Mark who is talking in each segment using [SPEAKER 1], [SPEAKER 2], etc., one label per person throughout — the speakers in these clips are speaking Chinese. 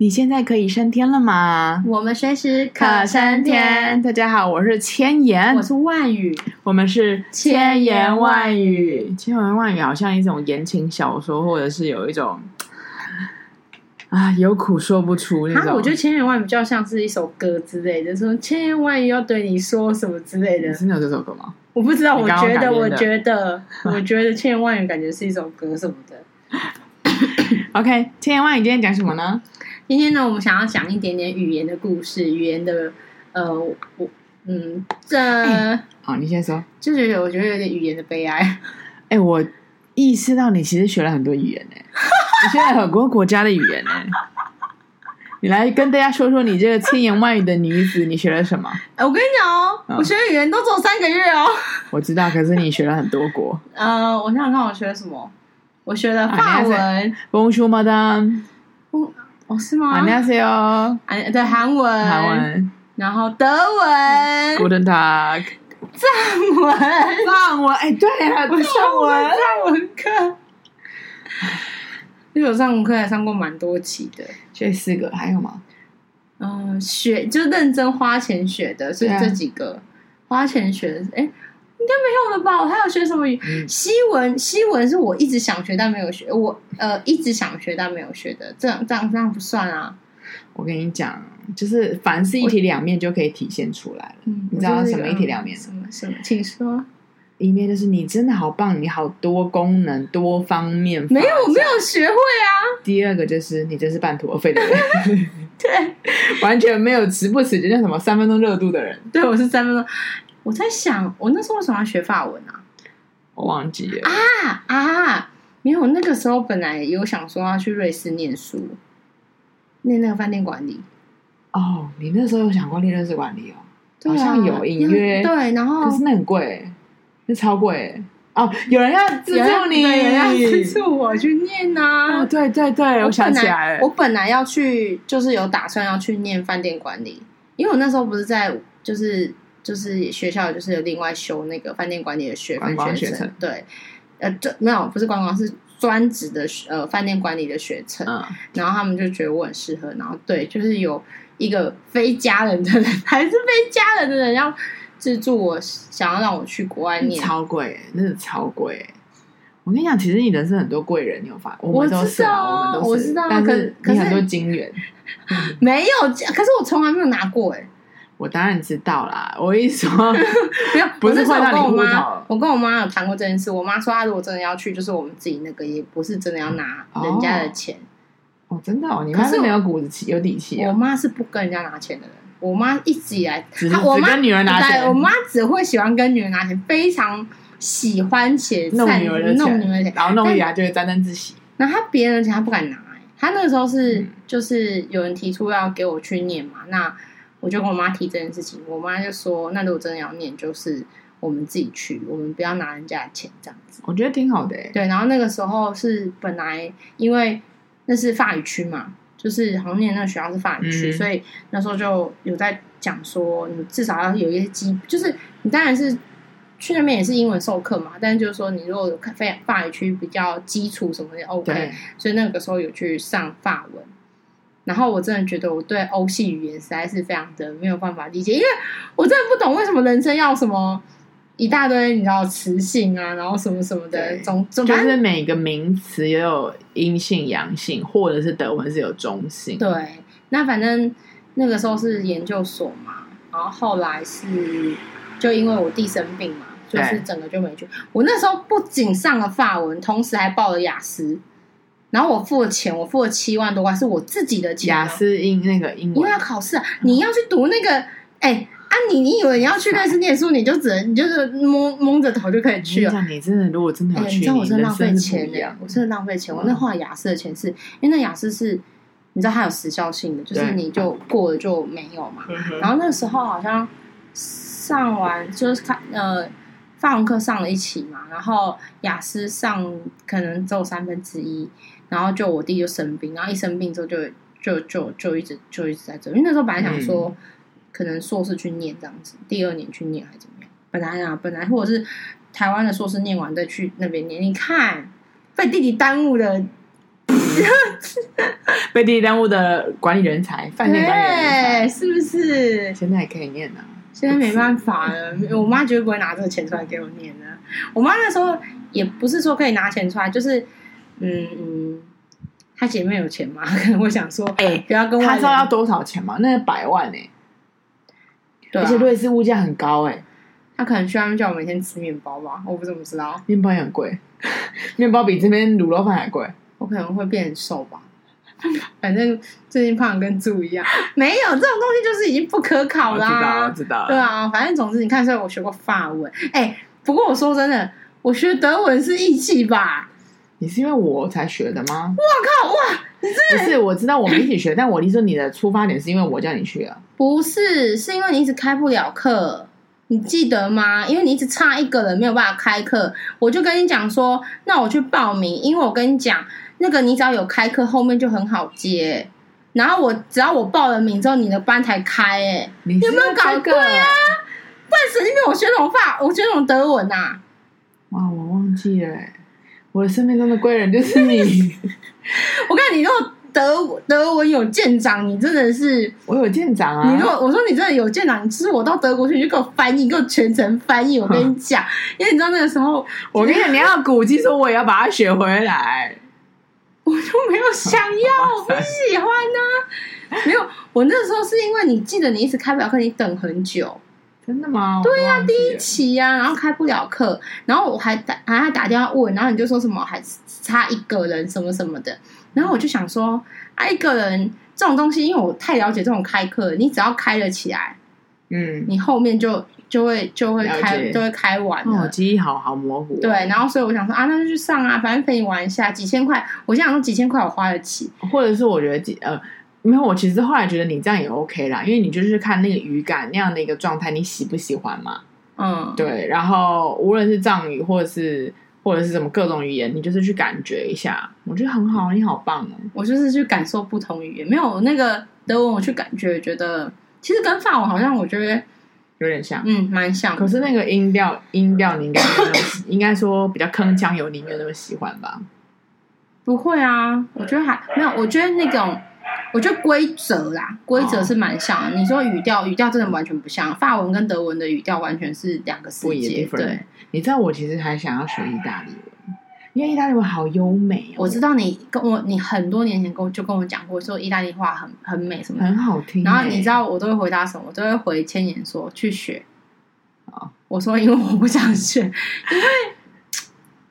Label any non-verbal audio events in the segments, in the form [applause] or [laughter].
[SPEAKER 1] 你现在可以升天了吗？
[SPEAKER 2] 我们随时可升天。
[SPEAKER 1] 大家好，我是千言
[SPEAKER 2] 我，是万语，
[SPEAKER 1] 我们是
[SPEAKER 2] 千言万
[SPEAKER 1] 语。千言万语好像一种言情小说，或者是有一种啊有苦说不出那
[SPEAKER 2] 啊，
[SPEAKER 1] 种。
[SPEAKER 2] 我觉得千言万语比较像是一首歌之类的，说千言万语要对你说什么之类的。
[SPEAKER 1] 真的有这首歌吗？
[SPEAKER 2] 我不知道，
[SPEAKER 1] 你
[SPEAKER 2] 我
[SPEAKER 1] 刚刚
[SPEAKER 2] 觉
[SPEAKER 1] 改
[SPEAKER 2] 得，
[SPEAKER 1] 编
[SPEAKER 2] 我
[SPEAKER 1] 的 [laughs]
[SPEAKER 2] 觉得，我觉得千言万语感觉是一首歌什么的。
[SPEAKER 1] OK，千言万语今天讲什么呢？
[SPEAKER 2] 今天呢，我们想要讲一点点语言的故事，语言的呃，我我嗯，
[SPEAKER 1] [coughs]
[SPEAKER 2] 这
[SPEAKER 1] 好，你先说。
[SPEAKER 2] 就是有我觉得有点语言的悲哀。 [laughs]
[SPEAKER 1] 哎、我意识到你其实学了很多语 [laughs] 言呢、你学了很多国家的语 [laughs] 言呢、你来跟大家说说你这个千言万语的女子，你学了什么？
[SPEAKER 2] 哎我跟你讲哦，
[SPEAKER 1] 嗯
[SPEAKER 2] 我学语言都只有三个月哦。
[SPEAKER 1] 我知道，可是你学了很多国。
[SPEAKER 2] 呃，我想想看，我学了什么？我学了
[SPEAKER 1] 啊
[SPEAKER 2] 法
[SPEAKER 1] 你还在
[SPEAKER 2] 文，
[SPEAKER 1] Bonjour, madam.
[SPEAKER 2] 哦，是吗？
[SPEAKER 1] 안녕하세요.
[SPEAKER 2] 啊，对，韩文，
[SPEAKER 1] 韩，文
[SPEAKER 2] 然后德文、
[SPEAKER 1] ，Guten [laughs] Tag.
[SPEAKER 2] 汉文，
[SPEAKER 1] 藏文，哎，对啊，
[SPEAKER 2] 我上
[SPEAKER 1] 藏文。
[SPEAKER 2] 上文课，因为我上文课还上过蛮多期的，
[SPEAKER 1] 这四个还有吗？
[SPEAKER 2] 嗯，学就认真花钱学的，所以
[SPEAKER 1] 对啊
[SPEAKER 2] 这几个、花钱学的，哎、应该没有了吧？我还有学什么语？
[SPEAKER 1] 嗯
[SPEAKER 2] 西文，西文是我一直想学但没有学，我呃一直想学但没有学的，这样这样这样不算啊。
[SPEAKER 1] 我跟你讲，就是凡是一体两面就可以体现出来了。
[SPEAKER 2] 嗯，
[SPEAKER 1] 你知道
[SPEAKER 2] 我就是
[SPEAKER 1] 什么
[SPEAKER 2] 个
[SPEAKER 1] 一体两面
[SPEAKER 2] 什么什么？请说。
[SPEAKER 1] 一面就是你真的好棒，你好多功能、多方面。
[SPEAKER 2] 没有，我没。有学会啊。
[SPEAKER 1] 第二个就是你真是半途而废的 [laughs] 人，
[SPEAKER 2] 对，
[SPEAKER 1] 完全没有值不值，就像什么三分钟热度的人，
[SPEAKER 2] 对我是三分钟。我在想，我那时候为什么要学法文啊？
[SPEAKER 1] 我忘记了。
[SPEAKER 2] 啊啊！没有，那个时候本来有想说要去瑞士念书，念那个饭店管理，
[SPEAKER 1] 哦，你那时候有想过练认识管理哦？
[SPEAKER 2] 对啊
[SPEAKER 1] 好像有隐约
[SPEAKER 2] 要对，然后
[SPEAKER 1] 可是那很贵，那超贵哦！有人要资
[SPEAKER 2] 有人
[SPEAKER 1] 助你，
[SPEAKER 2] 对有人要资助我去念呐、
[SPEAKER 1] 哦，
[SPEAKER 2] 啊。
[SPEAKER 1] 对对对，我想起来
[SPEAKER 2] 我
[SPEAKER 1] 了，
[SPEAKER 2] 本来要去，就是有打算要去念饭店管理，因为我那时候不是在，就是就是学校就是有另外修那个饭店管理的学
[SPEAKER 1] 观光
[SPEAKER 2] 分
[SPEAKER 1] 学
[SPEAKER 2] 程，
[SPEAKER 1] 程
[SPEAKER 2] 对，呃，这没有不是观光是专职的学呃饭店管理的学程，
[SPEAKER 1] 嗯，
[SPEAKER 2] 然后他们就觉得我很适合，然后对，就是有一个非家人的人， [laughs] 还是非家人的人要资助我，想要让我去国外念，
[SPEAKER 1] 超贵，那是超贵。我跟你讲，其实你人生很多贵人，你有发？我们都是啊，
[SPEAKER 2] 我
[SPEAKER 1] 我们都
[SPEAKER 2] 知道
[SPEAKER 1] 但
[SPEAKER 2] 我
[SPEAKER 1] 是
[SPEAKER 2] 知道可可
[SPEAKER 1] 你
[SPEAKER 2] 是
[SPEAKER 1] 很多金元，
[SPEAKER 2] 没有，可是我从来没有拿过哎、
[SPEAKER 1] 我当然知道啦。我一
[SPEAKER 2] [laughs]
[SPEAKER 1] 说，
[SPEAKER 2] 没有，
[SPEAKER 1] 不
[SPEAKER 2] 我
[SPEAKER 1] 是
[SPEAKER 2] 那时
[SPEAKER 1] 换
[SPEAKER 2] 候
[SPEAKER 1] 到
[SPEAKER 2] 跟
[SPEAKER 1] 你
[SPEAKER 2] 我
[SPEAKER 1] 户
[SPEAKER 2] 妈
[SPEAKER 1] 头，
[SPEAKER 2] 我跟我妈有谈过这件事。我妈说，她如果真的要去，就是我们自己那个，也不是真的要拿人家的钱。
[SPEAKER 1] 哦，真的哦，你
[SPEAKER 2] 可
[SPEAKER 1] 妈
[SPEAKER 2] 是
[SPEAKER 1] 是
[SPEAKER 2] 我
[SPEAKER 1] 没有骨气，有底气
[SPEAKER 2] 我
[SPEAKER 1] 啊，
[SPEAKER 2] 妈是不跟人家拿钱的人。我妈一直以来，
[SPEAKER 1] 只
[SPEAKER 2] 啊她我
[SPEAKER 1] 只
[SPEAKER 2] 妈
[SPEAKER 1] 跟女儿拿
[SPEAKER 2] 对，我
[SPEAKER 1] 钱，
[SPEAKER 2] 妈只会喜欢跟女人拿钱，非常喜欢且
[SPEAKER 1] 弄
[SPEAKER 2] 善于
[SPEAKER 1] 女儿的
[SPEAKER 2] 弄女
[SPEAKER 1] 钱啊
[SPEAKER 2] 人的钱，。
[SPEAKER 1] 然后弄一来就会沾沾自喜。
[SPEAKER 2] 然后她别人的钱她不敢拿、欸，她那个时候是、
[SPEAKER 1] 嗯
[SPEAKER 2] 就是有人提出要给我去念嘛，那我就跟我妈提这件事情，我妈就说，那如果真的要念，就是我们自己去，我们不要拿人家的钱这样子。
[SPEAKER 1] 我觉得挺好的欸，
[SPEAKER 2] 对，然后那个时候是本来因为那是法语区嘛，就是好像念那个学校是法语区，
[SPEAKER 1] 嗯
[SPEAKER 2] 所以那时候就有在讲说，你至少要有一些基，就是你当然是去那边也是英文授课嘛，但是就是说你如果有看法法语区比较基础什么的 OK，
[SPEAKER 1] 对，
[SPEAKER 2] 所以那个时候有去上法文。然后我真的觉得我对欧系语言实在是非常的没有办法理解，因为我真的不懂为什么人生要什么一大堆，你知道词性啊，然后什么什么的
[SPEAKER 1] 对，
[SPEAKER 2] 总总
[SPEAKER 1] 就
[SPEAKER 2] 反正
[SPEAKER 1] 是每个名词也有阴性、阳性，或者是德文是有中性。
[SPEAKER 2] 对，那反正那个时候是研究所嘛，然后后来是就因为我弟生病嘛，就
[SPEAKER 1] 对
[SPEAKER 2] 是整个就没去。我那时候不仅上了法文，同时还报了雅思，然后我付了钱，我付了七万多块，是我自己的钱哦。
[SPEAKER 1] 雅思英那个英
[SPEAKER 2] 因为
[SPEAKER 1] 文
[SPEAKER 2] 要，考试啊，你要去读那个，哎、啊你，你以为你要去瑞士念书，你就只能你就是蒙蒙着头就可
[SPEAKER 1] 我
[SPEAKER 2] 以
[SPEAKER 1] 跟
[SPEAKER 2] 去
[SPEAKER 1] 你
[SPEAKER 2] 了。
[SPEAKER 1] 讲，你真的如果真的
[SPEAKER 2] 哎、
[SPEAKER 1] 有
[SPEAKER 2] 你
[SPEAKER 1] 去，
[SPEAKER 2] 知道我
[SPEAKER 1] 你
[SPEAKER 2] 真的浪费
[SPEAKER 1] 人生是
[SPEAKER 2] 钱
[SPEAKER 1] 不一
[SPEAKER 2] 呢、
[SPEAKER 1] 样 [laughs]
[SPEAKER 2] 我真的浪费钱。我
[SPEAKER 1] 嗯
[SPEAKER 2] 那花雅思的钱是因为那雅思是，你知道它有时效性的，就是
[SPEAKER 1] 对
[SPEAKER 2] 你就过了就没有嘛。然后那时候好像上完就是看呃法文课上了一期嘛，然后雅思上可能只有三分之一，然后就我弟就生病，然后一生病之后就就就就一直就一直在这，因为那时候本来想说、可能硕士去念这样子，第二年去念还是怎么样，本来啊本来或者是台湾的硕士念完再去那边念，你看被弟弟耽误了。
[SPEAKER 1] 被地理耽误的管理人才，饭店管理人才，
[SPEAKER 2] 对，是不是？
[SPEAKER 1] 现在还可以念呢、啊。
[SPEAKER 2] 现在没办法了， [laughs] 我妈绝对不会拿这个钱出来给我念的。我妈那时候也不是说可以拿钱出来，就是嗯嗯，她姐妹有钱嘛， [laughs] 可能会想说，
[SPEAKER 1] 哎、
[SPEAKER 2] 不要跟外
[SPEAKER 1] 他知道要
[SPEAKER 2] 人，
[SPEAKER 1] 多少钱吗？那是百万哎、
[SPEAKER 2] 对
[SPEAKER 1] 而且
[SPEAKER 2] 啊，
[SPEAKER 1] 瑞士物价很高哎、
[SPEAKER 2] 她可能需要叫我每天吃面包吧，我不怎么知道，
[SPEAKER 1] 面包也很贵，面包比这边卤肉饭还贵。
[SPEAKER 2] 我可能会变很瘦吧。 [laughs] 反正最近胖得跟猪一样，没有这种东西就是已经不可考啦、
[SPEAKER 1] 我知道
[SPEAKER 2] 对啊，反正总之你看，虽然我学过法文，哎、不过我说真的，我学德文是义气吧？
[SPEAKER 1] 你是因为我才学的吗？
[SPEAKER 2] 靠哇，
[SPEAKER 1] 不是，我知道我们一起学，但我听说你的出发点是因为我叫你去啊。
[SPEAKER 2] 不是，是因为你一直开不了课，你记得吗？因为你一直差一个人没有办法开课，我就跟你讲说，那我去报名，因为我跟你讲，那个你只要有开课，后面就很好接。然后我只要我报了名之后，你的班才开、哎，
[SPEAKER 1] 你
[SPEAKER 2] 有
[SPEAKER 1] 是
[SPEAKER 2] 没有搞
[SPEAKER 1] 这
[SPEAKER 2] 对
[SPEAKER 1] 个？
[SPEAKER 2] 啊？不然神经病！我学那种法，我学那种德文啊，
[SPEAKER 1] 哇，我忘记了欸、我的生命中的贵人就是
[SPEAKER 2] [laughs]
[SPEAKER 1] 你。
[SPEAKER 2] 我看你如果德德文有见长，你真的是，
[SPEAKER 1] 我有舰长啊！
[SPEAKER 2] 你如果我说你真的有见长，你其实我到德国去，你就给我翻译，你给我全程翻译。我跟你
[SPEAKER 1] [laughs]
[SPEAKER 2] 讲，因为你知道那个时候
[SPEAKER 1] 我跟你讲，你要鼓击说我也要把它学回来。
[SPEAKER 2] 我就没有
[SPEAKER 1] [laughs]
[SPEAKER 2] 想要，我不喜欢呐、没有，我那时候是因为你记得你一直开不了课，你等很久，
[SPEAKER 1] 真的吗？对呀、第
[SPEAKER 2] 啊一期呀、然后开不了课，然后我还打还还打电话问，然后你就说什么还差一个人什么什么的，然后我就想说啊一个人这种东西，因为我太了解这种开课，你只要开了起来，
[SPEAKER 1] 嗯，
[SPEAKER 2] 你后面就就会就会
[SPEAKER 1] 了
[SPEAKER 2] 开
[SPEAKER 1] 解
[SPEAKER 2] 就会开完啊
[SPEAKER 1] 哦，
[SPEAKER 2] 了。
[SPEAKER 1] 记忆好好模糊、
[SPEAKER 2] 对，，然后所以我想说啊，那就去上啊，反正陪你玩一下，几千块，我想说几千块我花得起，
[SPEAKER 1] 或者是我觉得记呃。没有，我其实后来觉得你这样也 OK 啦，因为你就是看那个语感那样的一个状态，你喜不喜欢嘛？
[SPEAKER 2] 嗯，
[SPEAKER 1] 对，然后无论是藏语或者是或者是什么各种语言，你就是去感觉一下，我觉得很好，你好棒哦。
[SPEAKER 2] 我就是去感受不同语言，没有那个德文，我去感觉觉得其实跟法文好像，我觉得
[SPEAKER 1] 有点像。
[SPEAKER 2] 嗯蛮像的。
[SPEAKER 1] 啊可是那个音调，音调你应该没有那么
[SPEAKER 2] [laughs]
[SPEAKER 1] 喜应该说比较铿锵有力，没有那么喜欢吧？
[SPEAKER 2] 不会啊，我觉得还没有，我觉得那种。我觉得规则啦，规
[SPEAKER 1] 哦
[SPEAKER 2] 则是蛮像的。你说语调，语调真的完全不像，法文跟德文的语调完全是两个世
[SPEAKER 1] 不一
[SPEAKER 2] 界。
[SPEAKER 1] 样
[SPEAKER 2] 对，
[SPEAKER 1] 你知道我其实还想要学意大利文，因为意大利文好优美、哦，
[SPEAKER 2] 我知道你跟我，你很多年前跟我就跟我讲过，说意大利话很很美什么的。
[SPEAKER 1] 很好听、欸
[SPEAKER 2] 然后你知
[SPEAKER 1] 道，
[SPEAKER 2] 道我都会回答什么？我都会回千言说去学。
[SPEAKER 1] 哦
[SPEAKER 2] 我说因为我不想学，因为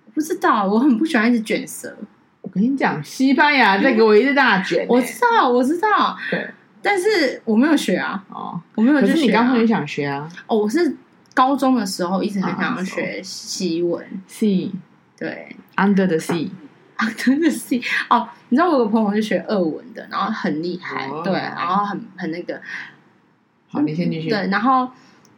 [SPEAKER 2] 我不知道，我很不喜欢一直卷舌。
[SPEAKER 1] 我跟你讲，西班牙再给我一只大卷、
[SPEAKER 2] [laughs] 我知道，我知道，
[SPEAKER 1] 对
[SPEAKER 2] 但是我没有学啊，
[SPEAKER 1] 哦，
[SPEAKER 2] 我没有
[SPEAKER 1] 可
[SPEAKER 2] 去学、啊。
[SPEAKER 1] 是你刚刚很想学啊
[SPEAKER 2] 哦，我是高中的时候一直很想
[SPEAKER 1] 啊
[SPEAKER 2] 要学西文，
[SPEAKER 1] ，sea
[SPEAKER 2] 对。
[SPEAKER 1] under the sea，
[SPEAKER 2] 啊，真的是哦！你知道我有个朋友是学俄文的，然后很厉害
[SPEAKER 1] 哇
[SPEAKER 2] 对，然后很很那个，
[SPEAKER 1] 好，你先继续，
[SPEAKER 2] 对，然后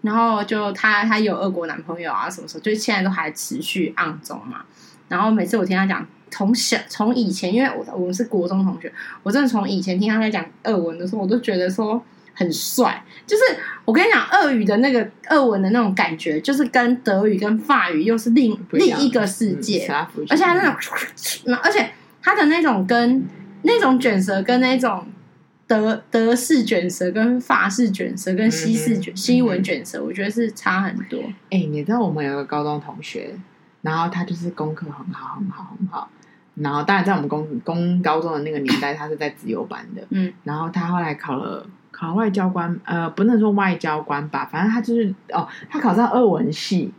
[SPEAKER 2] 然后就她她有俄国男朋友啊，什么时候？就现在都还持续暗中嘛。然后每次我听她讲，从小从以前，因为我我们是国中同学，我真的从以前听她在讲俄文的时候，我都觉得说很帅。就是我跟你讲，俄语的那个俄文的那种感觉，就是跟德语跟法语又是另
[SPEAKER 1] 不
[SPEAKER 2] 另
[SPEAKER 1] 样
[SPEAKER 2] 一个世界。
[SPEAKER 1] 嗯、South Africa
[SPEAKER 2] 而且他那种，而且他的那种跟那种卷舌跟那种德德式卷舌跟法式卷舌跟西式卷、
[SPEAKER 1] 嗯
[SPEAKER 2] 西文卷舌，我觉得是差很多。
[SPEAKER 1] 哎、你知道我们有个高中同学，然后他就是功课很好，很好，很好。然后当然在我们公公高中的那个年代，他是在自由班的。
[SPEAKER 2] 嗯，
[SPEAKER 1] 然后他后来考了考外交官，呃，不能说外交官吧，反正他就是哦，他考上俄文系，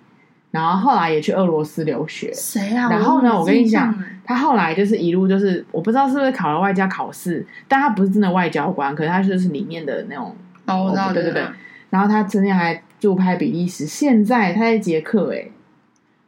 [SPEAKER 1] 然后后来也去俄罗斯留学。
[SPEAKER 2] 谁啊？
[SPEAKER 1] 然后呢我跟你讲
[SPEAKER 2] 有印象哎，
[SPEAKER 1] 他后来就是一路就是，我不知道是不是考了外交考试，但他不是真的外交官，可是他就是里面的那种
[SPEAKER 2] 哦，我知道，
[SPEAKER 1] 对
[SPEAKER 2] 对
[SPEAKER 1] 对对。然后他曾经还驻拍比利时，现在他在捷克、欸，哎，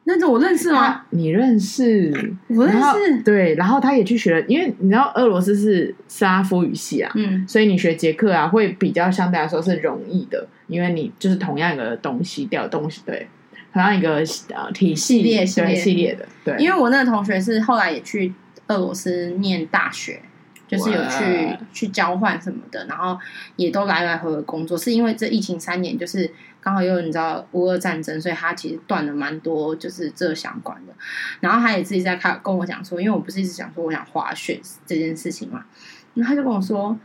[SPEAKER 2] 那种我认识吗？
[SPEAKER 1] 你认识？
[SPEAKER 2] 啊我认
[SPEAKER 1] 然后
[SPEAKER 2] 识，
[SPEAKER 1] 对，然后他也去学了，因为你知道俄罗斯是斯拉夫语系啊，
[SPEAKER 2] 嗯
[SPEAKER 1] 所以你学捷克啊会比较相对来说是容易的，因为你就是同样一个东西调东西，对，同样一个呃体系
[SPEAKER 2] 系列
[SPEAKER 1] 对
[SPEAKER 2] 系列
[SPEAKER 1] 系列的，对，
[SPEAKER 2] 因为我那个同学是后来也去俄罗斯念大学，就是有去
[SPEAKER 1] 哇
[SPEAKER 2] 去交换什么的，然后也都来来回回工作，是因为这疫情三年，就是刚好又你知道乌俄战争，所以他其实断了蛮多就是这相关的。然后他也自己在开跟我讲说，因为我不是一直讲说我想滑雪这件事情嘛，然后他就跟我说，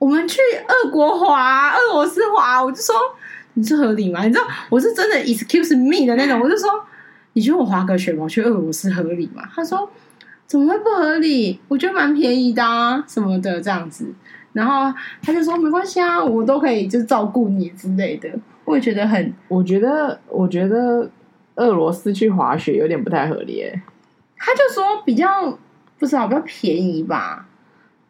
[SPEAKER 2] 我们去俄国滑，俄罗斯滑，我就说你这合理吗？你知道我是真的 excuse me 的那种，我就说你觉得我滑个雪毛去俄罗斯合理吗？他说怎么会不合理？我觉得蛮便宜的啊，什么的这样子。然后他就说没关系啊，我都可以就是照顾你之类的。我也觉得很
[SPEAKER 1] 我觉得，我觉得俄罗斯去滑雪有点不太合理耶。
[SPEAKER 2] 他就说比较不知道比较便宜吧。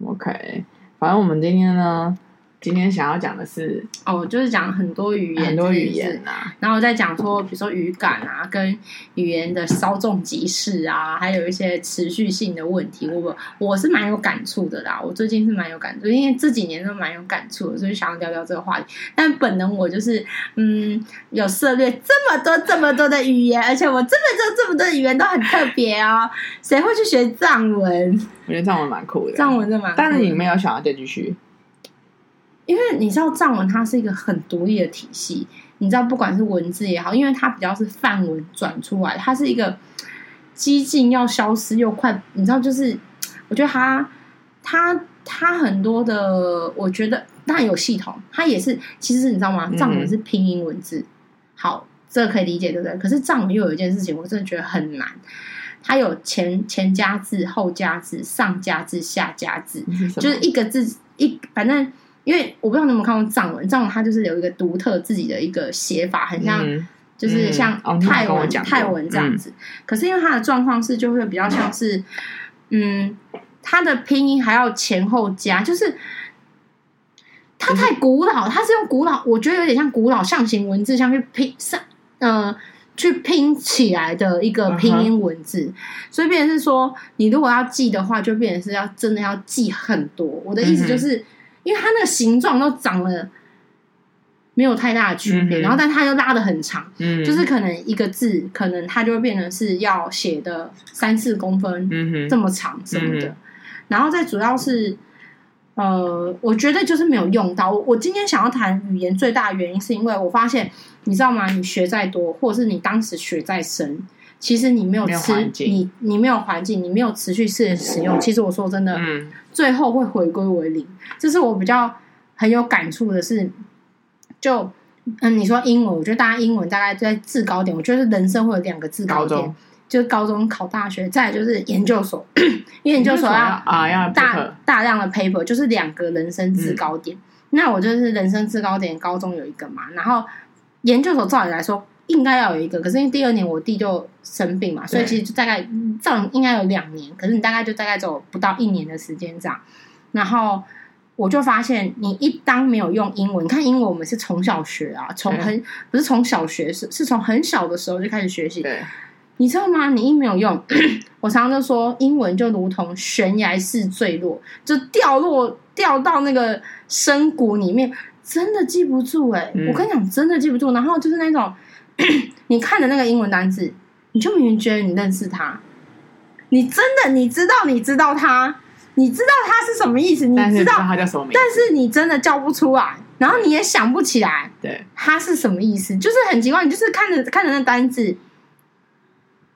[SPEAKER 1] OK，反正我们今天呢，今天想要讲的是
[SPEAKER 2] 哦，就是讲很多语言，
[SPEAKER 1] 很多语言，啊，
[SPEAKER 2] 然后再讲说，比如说语感啊，跟语言的稍纵即逝啊，还有一些持续性的问题，我我是蛮有感触的啦。我最近是蛮有感触，因为这几年都蛮有感触的，所以想要聊聊这个话题。但本能我就是，嗯，有涉猎这么多这么多的语言，而且我这么多这么多的语言都很特别哦。谁会去学藏文？
[SPEAKER 1] 我觉得藏文蛮酷的。
[SPEAKER 2] 藏文真的蛮酷的，
[SPEAKER 1] 但是你没有想要再继续，
[SPEAKER 2] 因为你知道藏文它是一个很独立的体系，你知道不管是文字也好，因为它比较是范文转出来，它是一个激进要消失又快，你知道就是，我觉得它它它很多的，我觉得它有系统，它也是其实你知道吗？
[SPEAKER 1] 嗯
[SPEAKER 2] 藏文是拼音文字，好，这个可以理解对不对？可是藏文又有一件事情，我真的觉得很难。它有前前加字、后加字、上加字、下加字，
[SPEAKER 1] 是什么
[SPEAKER 2] 就是一个字一，反正因为我不知道你有没有看过藏文，藏文它就是有一个独特自己的一个写法，很像、
[SPEAKER 1] 嗯
[SPEAKER 2] 就是像
[SPEAKER 1] 嗯哦你有
[SPEAKER 2] 泰
[SPEAKER 1] 跟我
[SPEAKER 2] 文、
[SPEAKER 1] 讲过嗯
[SPEAKER 2] 泰文这样子。可是因为它的状况是，就会比较像是，嗯，它的拼音还要前后加，就是。它太古老，它是用古老，我觉得有点像古老象形文字像去拼上，呃，去拼起来的一个
[SPEAKER 1] 嗯
[SPEAKER 2] 拼音文字。所以变成是说，你如果要记的话，就变成是要真的要记很多。我的意思
[SPEAKER 1] 嗯
[SPEAKER 2] 就是，因为它那个形状都长了没有太大的区别，
[SPEAKER 1] 嗯哼
[SPEAKER 2] 然后但它又拉的很长，
[SPEAKER 1] 嗯，
[SPEAKER 2] 就是可能一个字，可能它就会变成是要写的三四公分、
[SPEAKER 1] 嗯
[SPEAKER 2] 这
[SPEAKER 1] 哼，
[SPEAKER 2] 么长什么的。
[SPEAKER 1] 嗯
[SPEAKER 2] 然后再主要是，呃，我觉得就是没有用到。我我今天想要谈语言最大的原因，是因为我发现，你知道吗？你学再多，或者是你当时学再深，其实你没有
[SPEAKER 1] 没有
[SPEAKER 2] 持
[SPEAKER 1] 环境
[SPEAKER 2] 你你没有环境，你没有持续式的使用，其实我说真的，
[SPEAKER 1] 嗯
[SPEAKER 2] 最后会回归为零。这是我比较很有感触的是，就嗯，你说英文，我觉得大家英文大概在制高点，我觉得人生会有两个制高
[SPEAKER 1] 高
[SPEAKER 2] 点
[SPEAKER 1] 中，
[SPEAKER 2] 就是高中考大学，再来就是研究所， [coughs] 因为研究所要
[SPEAKER 1] 啊要
[SPEAKER 2] 大大量的 paper，就是两个人生制高点。那我就是人生制高点，高中有一个嘛，然后研究所照理来说应该要有一个，可是因为第二年我弟就生病嘛，所以
[SPEAKER 1] 对
[SPEAKER 2] 其实就大概嗯照理应该有两年，可是你大概就大概走不到一年的时间这样。然后我就发现，你一当没有用英文，你看英文我们是从小学啊，从
[SPEAKER 1] 对
[SPEAKER 2] 很、不是从小学，是是从很小的时候就开始学习，
[SPEAKER 1] 对，
[SPEAKER 2] 你知道吗？你一没有用，我常常就说，英文就如同悬崖式坠落，就掉落掉到那个深谷里面，真的记不住哎、
[SPEAKER 1] 嗯
[SPEAKER 2] 我跟你讲，真的记不住。然后就是那种， [clears throat] 你看的那个英文单字，你就明明觉得你认识它，你真的你知道你知道它，你知道它是什么意思，你
[SPEAKER 1] 但是
[SPEAKER 2] 知
[SPEAKER 1] 不知道
[SPEAKER 2] 道，
[SPEAKER 1] 它叫什么名字，
[SPEAKER 2] 但是你真的叫不出来，然后你也想不起来。
[SPEAKER 1] 对，
[SPEAKER 2] 它是什么意思？就是很奇怪，你就是看着看着那单字，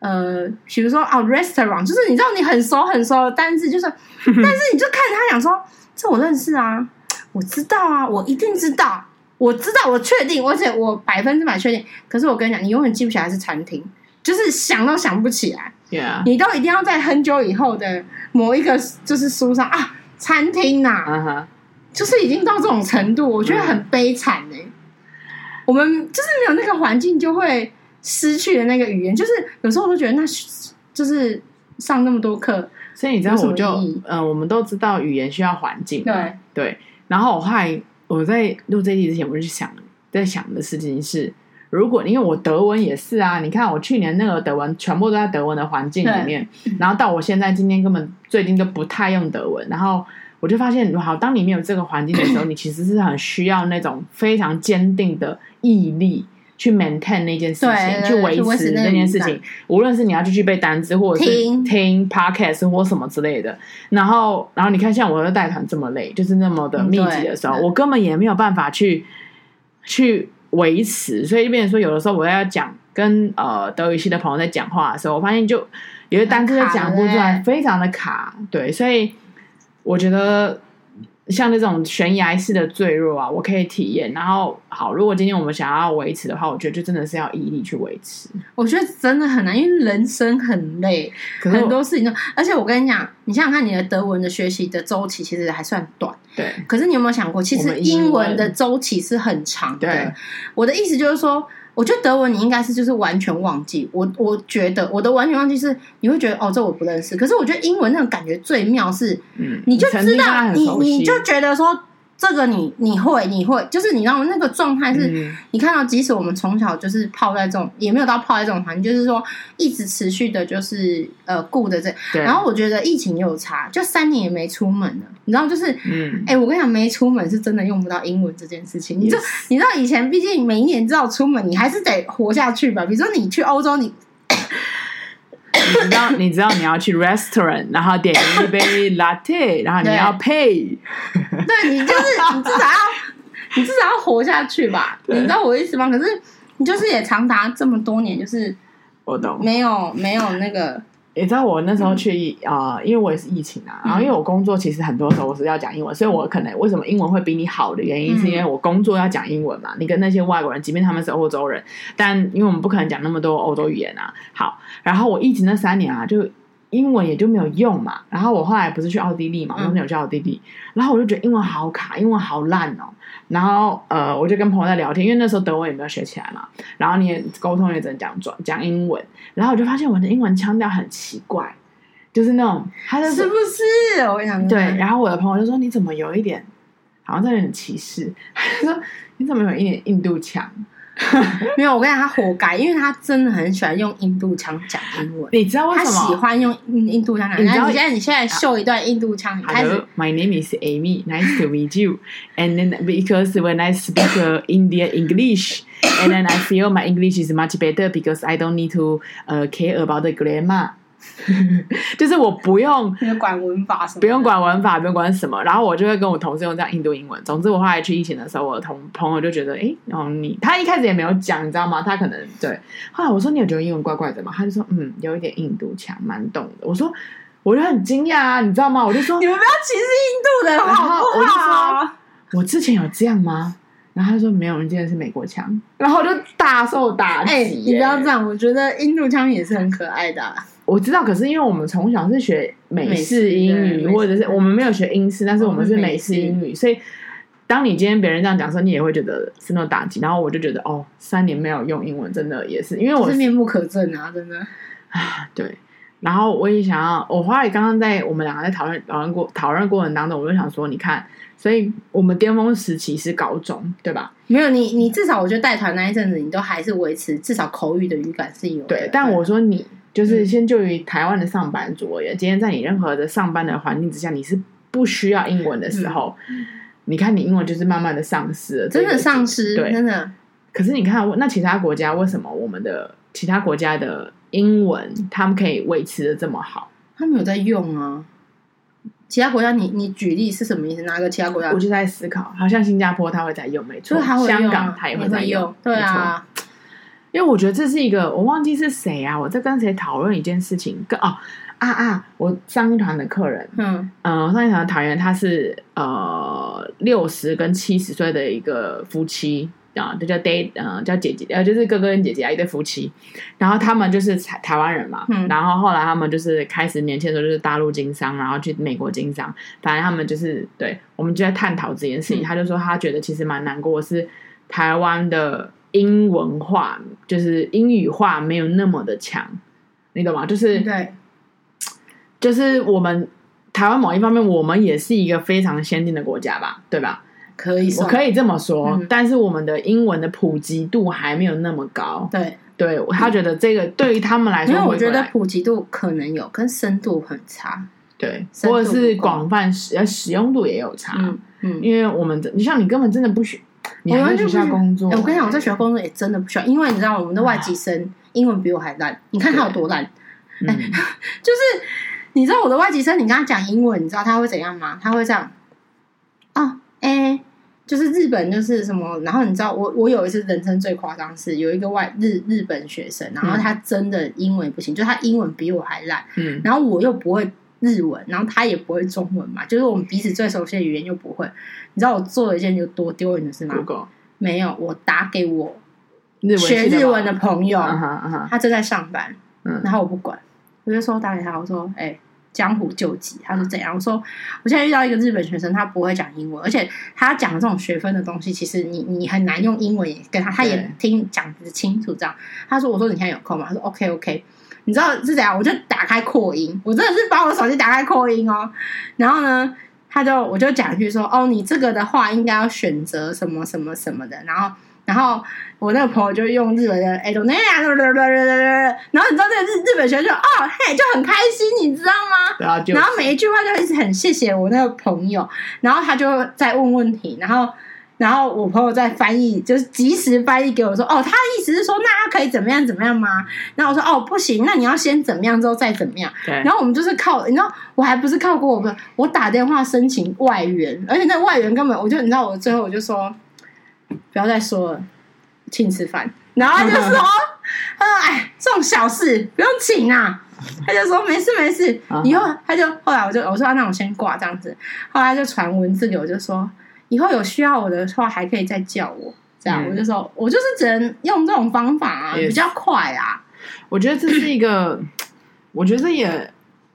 [SPEAKER 2] 呃，比如说哦，restaurant，就是你知道你很熟很熟的单字，就是，但是你就看着他讲说，这我认识啊，我知道啊，我一定知道，我知道，我确定，而且我百分之百确定。可是我跟你讲，你永远记不起来是餐厅，就是想都想不起来。
[SPEAKER 1] 对啊，
[SPEAKER 2] 你都一定要在很久以后的某一个就是书上啊，餐厅啊呐、
[SPEAKER 1] 嗯哼，
[SPEAKER 2] 就是已经到这种程
[SPEAKER 1] 嗯
[SPEAKER 2] 度，我觉得很悲惨呢、我们就是没有那个环境，就会失去了那个语言。就是有时候我都觉得那，就是上那么多课，
[SPEAKER 1] 所以你知道
[SPEAKER 2] 有什么
[SPEAKER 1] 我就
[SPEAKER 2] 意义
[SPEAKER 1] 嗯、我们都知道语言需要环境嘛，
[SPEAKER 2] 对
[SPEAKER 1] 对。然后我后来我在录这一集之前，我就想在想的事情是，如果因为我德文也是啊，你看我去年那个德文全部都在德文的环境里面，然后到我现在今天根本最近都不太用德文，然后。我就发现，好，当你没有这个环境的时候，你其实是很需要那种非常坚定的毅力，去 maintain 那件事情，
[SPEAKER 2] 对
[SPEAKER 1] 去
[SPEAKER 2] 对
[SPEAKER 1] 维
[SPEAKER 2] 去维
[SPEAKER 1] 持
[SPEAKER 2] 持那个
[SPEAKER 1] 那件
[SPEAKER 2] 语
[SPEAKER 1] 事
[SPEAKER 2] 感
[SPEAKER 1] 情。无论是你要去去背单词，或者是
[SPEAKER 2] 听
[SPEAKER 1] 听 podcast 或什么之类的。然后，然后你看，像我的带团这么累，就是那么的
[SPEAKER 2] 嗯
[SPEAKER 1] 密
[SPEAKER 2] 对
[SPEAKER 1] 集的时候，
[SPEAKER 2] 嗯
[SPEAKER 1] 我根本也没有办法去去维持。所以，变成说，有的时候我要讲跟呃德语系的朋友在讲话的时候，我发现就有些单词就讲不出来
[SPEAKER 2] 很卡对，不
[SPEAKER 1] 非常的卡。对，所以我觉得。像那种悬崖式的坠落啊，我可以体验。然后，好，如果今天我们想要维持的话，我觉得就真的是要毅力去维持。
[SPEAKER 2] 我觉得真的很难，因为人生很累，
[SPEAKER 1] 可是我
[SPEAKER 2] 很多事情都。而且我跟你讲，你想想看，你的德文的学习的周期其实还算短，
[SPEAKER 1] 对
[SPEAKER 2] 可是你有没有想过，其
[SPEAKER 1] 我
[SPEAKER 2] 实
[SPEAKER 1] 们英
[SPEAKER 2] 英文
[SPEAKER 1] 文
[SPEAKER 2] 的周期是很长
[SPEAKER 1] 对
[SPEAKER 2] 的。我的意思就是说，我觉得德文你应该是就是完全忘记。我我觉得我的完全忘记是你会觉得哦，这我不认识。可是我觉得英文那种感觉最妙是，
[SPEAKER 1] 嗯，
[SPEAKER 2] 你就
[SPEAKER 1] 曾
[SPEAKER 2] 知
[SPEAKER 1] 经跟他
[SPEAKER 2] 道
[SPEAKER 1] 很
[SPEAKER 2] 你
[SPEAKER 1] 熟悉
[SPEAKER 2] 你就觉得说这个你你会你会，就是你知道吗那个状态是。
[SPEAKER 1] 嗯
[SPEAKER 2] 你看到，即使我们从小就是泡在这种，也没有到泡在这种环境，就是说一直持续的，就是呃顾着这。
[SPEAKER 1] 对，
[SPEAKER 2] 然后我觉得疫情也有差，就三年也没出门了，你知道，就是
[SPEAKER 1] 嗯，
[SPEAKER 2] 哎、我跟你讲，没出门是真的用不到英文这件事情。你就
[SPEAKER 1] Yes
[SPEAKER 2] 你知道以前，毕竟每一年知道出门，你还是得活下去吧。比如说你去欧洲，你 [laughs]
[SPEAKER 1] 你知道 [laughs] 你知道你要去 restaurant，然后点一
[SPEAKER 2] [laughs]
[SPEAKER 1] 杯 latte，然后你
[SPEAKER 2] 对
[SPEAKER 1] 要配，
[SPEAKER 2] 对你就是你至少要 [laughs] 你至少要活下去吧。你
[SPEAKER 1] 对
[SPEAKER 2] 知道我的意思吗？可是你就是也长达这么多年，就是
[SPEAKER 1] 我懂。
[SPEAKER 2] 没有没有那个
[SPEAKER 1] 你知道我那时候去
[SPEAKER 2] 嗯
[SPEAKER 1] 啊、呃因为我也是疫情啊，然后因为我工作其实很多时候我是要讲英文，所以我可能为什么英文会比你好的原因，
[SPEAKER 2] 嗯
[SPEAKER 1] 是因为我工作要讲英文嘛。你跟那些外国人，即便他们是欧洲人，但因为我们不可能讲那么多欧洲语言啊。好，然后我疫情那三年啊，就英文也就没有用嘛。然后我后来不是去奥地利嘛，
[SPEAKER 2] 嗯
[SPEAKER 1] 我没有去奥地利，然后我就觉得英文好卡，英文好烂哦。然后呃，我就跟朋友在聊天，因为那时候德文也没有学起来嘛，然后你也沟通也只能讲转讲英文，然后我就发现我的英文腔调很奇怪，就是那种他就是
[SPEAKER 2] 是不是？我跟你讲，
[SPEAKER 1] 对，然后我的朋友就说：“你怎么有一点，好像在有点歧视？” [laughs] 他说：“你怎么有一点印度腔？
[SPEAKER 2] 没有，我跟你讲，他活该，因为他真的很喜欢用印度腔讲英文。
[SPEAKER 1] 你知道为
[SPEAKER 2] 他
[SPEAKER 1] 哦什么？
[SPEAKER 2] 喜欢用印印度腔讲，
[SPEAKER 1] 你知道啊
[SPEAKER 2] 那你现在你现在秀一段印度腔，你开始
[SPEAKER 1] Hello, my name is Amy. Nice to meet you. And then because when I speak uh, Indian English, and then I feel my English is much better because I don't need to uh, care about the grammar. [laughs] 就是我不用
[SPEAKER 2] 那个管文法什么的，
[SPEAKER 1] 不用管文法，不用管什么，然后我就会跟我同事用这样印度英文。总之，我后来去疫情的时候，我的同朋友就觉得，诶，哦，你他一开始也没有讲，你知道吗？他可能对。后来我说你有觉得英文怪怪的吗？他就说，嗯，有一点印度腔，蛮懂的。我说，我就很惊讶啊，你知道吗？我就说
[SPEAKER 2] 你，们不要歧视印度人好不
[SPEAKER 1] 然
[SPEAKER 2] 好？
[SPEAKER 1] 我之前有这样吗？然后他说没有，你今天是美国腔，然后我就大受打击、
[SPEAKER 2] 哎、你不要这
[SPEAKER 1] 样，
[SPEAKER 2] 样，我觉得印度腔也是很可爱的啊、
[SPEAKER 1] 我知道，可是因为我们从小是学美
[SPEAKER 2] 美
[SPEAKER 1] 式
[SPEAKER 2] 式
[SPEAKER 1] 英
[SPEAKER 2] 对
[SPEAKER 1] 语，
[SPEAKER 2] 美式哦
[SPEAKER 1] 或者是我们没有学英式，但是我们是美式英语，所以当你今天别人这样讲的时候，你也会觉得是那种打击。然后我就觉得哦，三年没有用英文，真的也是因为我
[SPEAKER 2] 就是面目可憎啊，真的。
[SPEAKER 1] 对。然后我也想要，我后来刚刚在我们两个在讨论讨论过讨论过程当中，我就想说，你看，所以我们巅峰时期是高中，对吧？
[SPEAKER 2] 没有你，你至少我觉得带团那一阵子，你都还是维持至少口语的语感是有的。
[SPEAKER 1] 对，但我说你
[SPEAKER 2] 嗯
[SPEAKER 1] 就是先就于台湾的上班族而言，今天在你任何的上班的环境之下，你是不需要英文的时候，你看你英文就是慢慢的丧失了，
[SPEAKER 2] 嗯真的丧
[SPEAKER 1] 失。
[SPEAKER 2] 失，
[SPEAKER 1] 对
[SPEAKER 2] 真的
[SPEAKER 1] 可是你看，那其他国家为什么我们的其他国家的英文
[SPEAKER 2] 嗯
[SPEAKER 1] 他们可以维持的这么好？
[SPEAKER 2] 他们有在用啊。其他国家你，你举例是什么意思？哪个其他国家
[SPEAKER 1] 我？就在思考，好像新加坡他会在用，没
[SPEAKER 2] 啊就
[SPEAKER 1] 错，
[SPEAKER 2] 是他会用啊
[SPEAKER 1] 香港他也
[SPEAKER 2] 你
[SPEAKER 1] 会在
[SPEAKER 2] 会用，对
[SPEAKER 1] 没错
[SPEAKER 2] 啊，
[SPEAKER 1] 因为我觉得这是一个，我忘记是谁啊，我在跟谁讨论一件事情，跟哦啊啊，我上一团的客人，
[SPEAKER 2] 嗯，
[SPEAKER 1] 呃，上一场的团员他是呃六十跟七十岁的一个夫妻啊，就叫 day 呃叫姐姐呃就是哥哥跟姐姐啊一对夫妻，然后他们就是台台湾人嘛，
[SPEAKER 2] 嗯
[SPEAKER 1] 然后后来他们就是开始年轻的时候就是大陆经商，然后去美国经商，反正他们就是对我们就在探讨这件事情，
[SPEAKER 2] 嗯
[SPEAKER 1] 他就说他觉得其实蛮难过的是台湾的英文化就是英语化没有那么的强，你懂吗？就是
[SPEAKER 2] 对，
[SPEAKER 1] 就是我们台湾某一方面，我们也是一个非常先进的国家吧，对吧？
[SPEAKER 2] 可以
[SPEAKER 1] 我
[SPEAKER 2] 算，
[SPEAKER 1] 可以这么说，
[SPEAKER 2] 嗯
[SPEAKER 1] 但是我们的英文的普及度还没有那么高。
[SPEAKER 2] 对，
[SPEAKER 1] 对他觉得这个对于他们来
[SPEAKER 2] 因
[SPEAKER 1] 说会
[SPEAKER 2] 为
[SPEAKER 1] 过来，
[SPEAKER 2] 嗯我觉得普及度可能有，跟深度很差。
[SPEAKER 1] 对，
[SPEAKER 2] 深度
[SPEAKER 1] 或者是
[SPEAKER 2] 不够
[SPEAKER 1] 广泛使呃使用度也有差，
[SPEAKER 2] 嗯嗯，
[SPEAKER 1] 因为我们你像你根本真的不需。你还在学校工作？
[SPEAKER 2] 哎我跟你讲，我在学校工作也真的不喜欢，因为你知道我们的外籍生英文比我还烂，你看他有多烂，
[SPEAKER 1] 嗯，
[SPEAKER 2] 哎就是你知道我的外籍生，你跟他讲英文，你知道他会怎样吗？他会这样，哦，哎、就是日本就是什么，然后你知道我我有一次人生最夸张是有一个外日日本学生，然后他真的英文不行，就他英文比我还烂， [laughs]
[SPEAKER 1] 嗯，
[SPEAKER 2] 然后我又不会日文，然后他也不会中文嘛，就是我们彼此最熟悉的语言又不会，你知道我做了一件有多丢人的事吗？
[SPEAKER 1] Google
[SPEAKER 2] 没有，我打给我
[SPEAKER 1] 日文系
[SPEAKER 2] 学
[SPEAKER 1] 吧
[SPEAKER 2] 日文的，朋友，
[SPEAKER 1] 嗯哼嗯哼
[SPEAKER 2] 他正在上班，
[SPEAKER 1] 嗯
[SPEAKER 2] 然后我不管，我就说打给他，我说，哎、江湖救急，他说怎样？我说我现在遇到一个日本学生，他不会讲英文，而且他讲的这种学分的东西，其实你你很难用英文也跟他，他也
[SPEAKER 1] 对
[SPEAKER 2] 听讲不清楚这样。他说我说你现在有空吗？他说 OK OK，你知道是怎样？我就打开扩音，我真的是把我手机打开扩音哦，然后呢，他就我就讲一句说，哦，你这个的话应该要选择什么什么什么的，然后。然后我那个朋友就用日文的哎，懂那样，然后你知道那个日日本学生就哦，嘿，就很开心，你知道吗？
[SPEAKER 1] 然后就
[SPEAKER 2] 然后每一句话就一直很谢谢我那个朋友，然后他就在问问题，然后然后我朋友在翻译，就是及时翻译给我说，哦，他的意思是说，那他可以怎么样怎么样吗？然后我说，哦，不行，那你要先怎么样之后再怎么样。
[SPEAKER 1] 对，
[SPEAKER 2] 然后我们就是靠，你知道，我还不是靠过我哥，我打电话申请外援，而且那个外援根本，我就你知道，我最后我就说，不要再说了，请吃饭。然后他就说，他说哎，这种小事不用
[SPEAKER 1] [laughs]
[SPEAKER 2] 请啊。他就说没事没事
[SPEAKER 1] 啊哈，
[SPEAKER 2] 以后他就后来我就我说、啊那我先挂这样子，后来他就传文字给我，就说以后有需要我的话还可以再叫我。这样、
[SPEAKER 1] 嗯
[SPEAKER 2] 我就说，我就是只能用这种方法啊，
[SPEAKER 1] Yes
[SPEAKER 2] 比较快啊。
[SPEAKER 1] 我觉得这是一个， [clears throat] 我觉得这也，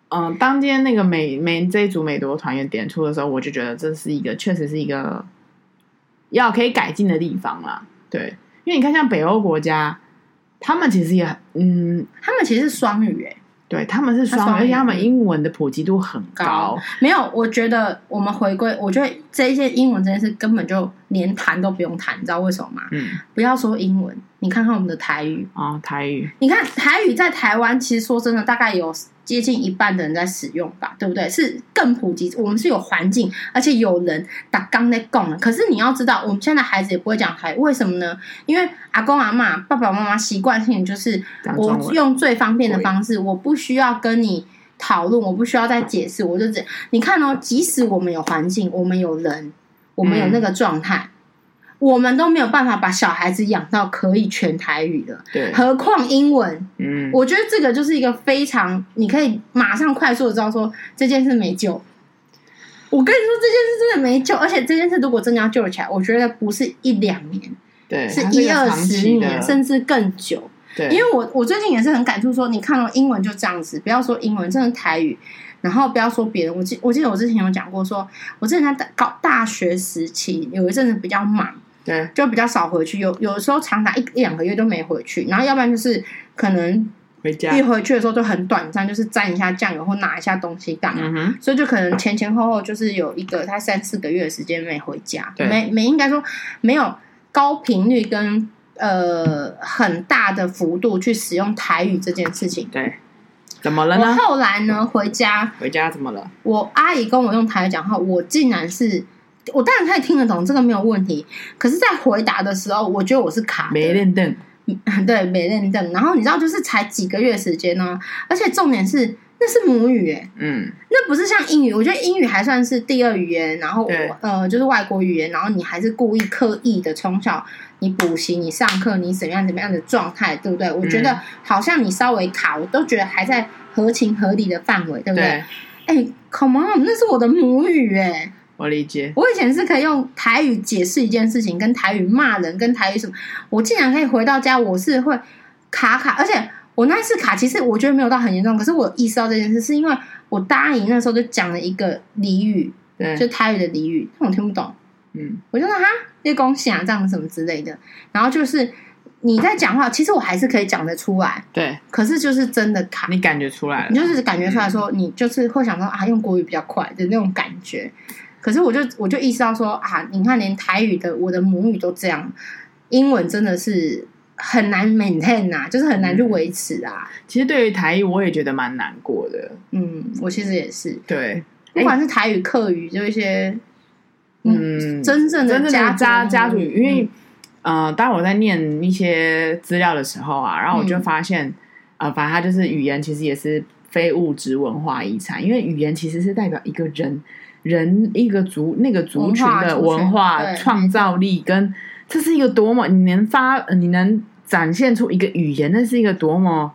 [SPEAKER 1] 嗯、当今天那个美美这一组美国团员点出的时候，我就觉得这是一个，确实是一个要可以改进的地方啦。对，因为你看，像北欧国家，他们其实也很，嗯，
[SPEAKER 2] 他们其实是双语诶、
[SPEAKER 1] 对，他们是
[SPEAKER 2] 他
[SPEAKER 1] 双
[SPEAKER 2] 双
[SPEAKER 1] 语，
[SPEAKER 2] 语
[SPEAKER 1] 而且他们英文的普及度很高
[SPEAKER 2] 高。没有，我觉得我们回归，我觉得这一些英文这件事根本就连谈都不用谈，你知道为什么吗？
[SPEAKER 1] 嗯，
[SPEAKER 2] 不要说英文，你看看我们的台语，
[SPEAKER 1] 哦，台语，
[SPEAKER 2] 你看台语在台湾，其实说真的，大概有接近一半的人在使用吧，对不对？是更普及，我们是有环境，而且有人打刚在供了。可是你要知道，我们现在孩子也不会讲台语，为什么呢？因为阿公阿妈、爸爸妈妈习惯性就是
[SPEAKER 1] 讲中文
[SPEAKER 2] 我用最方便的方式，我不需要跟你。讨论，我不需要再解释，我就只你看哦，即使我们有环境，我们有人，我
[SPEAKER 1] 嗯
[SPEAKER 2] 们有那个状态，我们都没有办法把小孩子养到可以全台语了。
[SPEAKER 1] 对，
[SPEAKER 2] 何况英文，
[SPEAKER 1] 嗯，
[SPEAKER 2] 我觉得这个就是一个非常你可以马上快速的知道说这件事没救。我跟你说，这件事真的没救，而且这件事如果真的要救得起来，我觉得不是一两年，
[SPEAKER 1] 对，
[SPEAKER 2] 是
[SPEAKER 1] 它
[SPEAKER 2] 一
[SPEAKER 1] 个
[SPEAKER 2] 二
[SPEAKER 1] 长
[SPEAKER 2] 十
[SPEAKER 1] 期的
[SPEAKER 2] 年，甚至更久。
[SPEAKER 1] 对，
[SPEAKER 2] 因为我我最近也是很感触，说你看到英文就这样子，不要说英文，真的台语，然后不要说别人。我记我记得我之前有讲过说我之前在大高大学时期有一阵子比较忙，
[SPEAKER 1] 对，
[SPEAKER 2] 就比较少回去，有有的时候长达一一两个月都没回去，然后要不然就是可能
[SPEAKER 1] 回家
[SPEAKER 2] 一，回去的时候就很短暂，就是沾一下酱油或拿一下东西干嘛，
[SPEAKER 1] 嗯哼，
[SPEAKER 2] 所以就可能前前后后就是有一个他三四个月的时间没回家，
[SPEAKER 1] 对
[SPEAKER 2] 没没应该说没有高频率跟呃很大的幅度去使用台语这件事情。
[SPEAKER 1] 对，怎么了
[SPEAKER 2] 我
[SPEAKER 1] 呢？
[SPEAKER 2] 后来呢回家，
[SPEAKER 1] 回家怎么了？
[SPEAKER 2] 我阿姨跟我用台语讲话，我竟然是。我当然可以听得懂，这个没有问题。可是，在回答的时候，我觉得我是卡的
[SPEAKER 1] 没练凳，
[SPEAKER 2] 对，没认证。然后你知道，就是才几个月时间呢、而且重点是那是母语诶、
[SPEAKER 1] 嗯，
[SPEAKER 2] 那不是像英语，我觉得英语还算是第二语言，然后
[SPEAKER 1] 对
[SPEAKER 2] 呃就是外国语言，然后你还是故意刻意的从小你补习、你上课、你怎么样怎么样的状态，对不对？我觉
[SPEAKER 1] 嗯
[SPEAKER 2] 得好像你稍微卡，我都觉得还在合情合理的范围，对不对？
[SPEAKER 1] 对，
[SPEAKER 2] 哎、c o m e on，那是我的母语诶、
[SPEAKER 1] 我理解。
[SPEAKER 2] 我以前是可以用台语解释一件事情，跟台语骂人，跟台语什么，我竟然可以回到家，我是会卡卡，而且我那次卡，其实我觉得没有到很严重，可是我有意识到这件事，是因为我大姨那时候就讲了一个俚语，
[SPEAKER 1] 对，
[SPEAKER 2] 就台语的俚语，但我听不懂，
[SPEAKER 1] 嗯，
[SPEAKER 2] 我就说哈，叶公啊，这样什么之类的，然后就是你在讲话，其实我还是可以讲得出来，
[SPEAKER 1] 对
[SPEAKER 2] 可是就是真的卡，
[SPEAKER 1] 你感觉出来
[SPEAKER 2] 你
[SPEAKER 1] 了，
[SPEAKER 2] 就是感觉出来说，
[SPEAKER 1] 嗯
[SPEAKER 2] 你就是会想说啊，用国语比较快的那种感觉。可是我就我就意识到说啊，你看连台语的我的母语都这样，英文真的是很难 maintain 啊，就是很
[SPEAKER 1] 嗯
[SPEAKER 2] 难去维持啊。
[SPEAKER 1] 其实对于台语，我也觉得蛮难过的。
[SPEAKER 2] 嗯，我其实也是，
[SPEAKER 1] 对，
[SPEAKER 2] 不管是台语、客语，就一些
[SPEAKER 1] 嗯，
[SPEAKER 2] 真正的
[SPEAKER 1] 真正
[SPEAKER 2] 家
[SPEAKER 1] 的
[SPEAKER 2] 族
[SPEAKER 1] 家家族语，因为
[SPEAKER 2] 嗯、
[SPEAKER 1] 呃，当我在念一些资料的时候啊，然后我就
[SPEAKER 2] 嗯
[SPEAKER 1] 发现，呃，反正它就是语言，其实也是非物质文化遗产，因为语言其实是代表一个人人一个族那个族群的文
[SPEAKER 2] 文化
[SPEAKER 1] 化
[SPEAKER 2] 族群对
[SPEAKER 1] 创造力跟这是一个多么你能发呃你能展现出一个语言，那是一个多么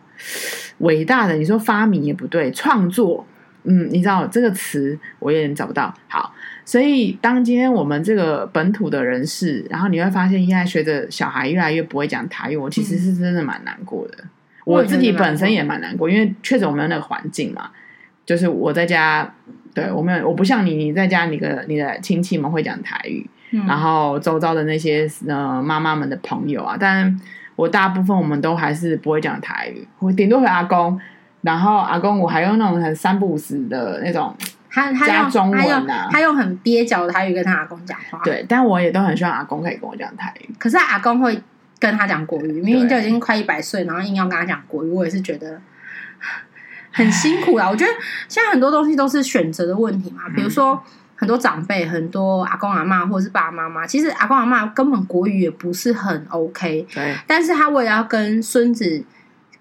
[SPEAKER 1] 伟大的。你说发明也不对，创作，嗯，你知道这个词我有点找不到。好，所以当今天我们这个本土的人士，然后你会发现，E 现在随着小孩越来越不会讲台语，我其实是真的蛮难过的。我自己本身也蛮难过，因为确实我们那个环境嘛，就是我在家，对我们我不像你，你在家你的你的亲戚们会讲台语，
[SPEAKER 2] 嗯
[SPEAKER 1] 然后周遭的那些呃妈妈们的朋友啊，但我大部分我们都还是不会讲台语，我顶多回阿公，然后阿公我还用那种很三不五时的那种，
[SPEAKER 2] 他他
[SPEAKER 1] 加
[SPEAKER 2] 用
[SPEAKER 1] 中
[SPEAKER 2] 他
[SPEAKER 1] 文
[SPEAKER 2] 用
[SPEAKER 1] 啊
[SPEAKER 2] 他用很蹩脚的台语跟他阿公讲话，，
[SPEAKER 1] 对，但我也都很希望阿公可以跟我讲台语，
[SPEAKER 2] 可是阿公会跟他讲国语，明明就已经快一百岁，然后硬要跟他讲国语，我也是觉得很辛苦啦。啊我觉得现在很多东西都是选择的问题嘛，比如说。很多长辈，很多阿公阿妈或者是爸爸妈妈，其实阿公阿妈根本国语也不是很 OK，
[SPEAKER 1] 对，
[SPEAKER 2] 但是他为了要跟孙子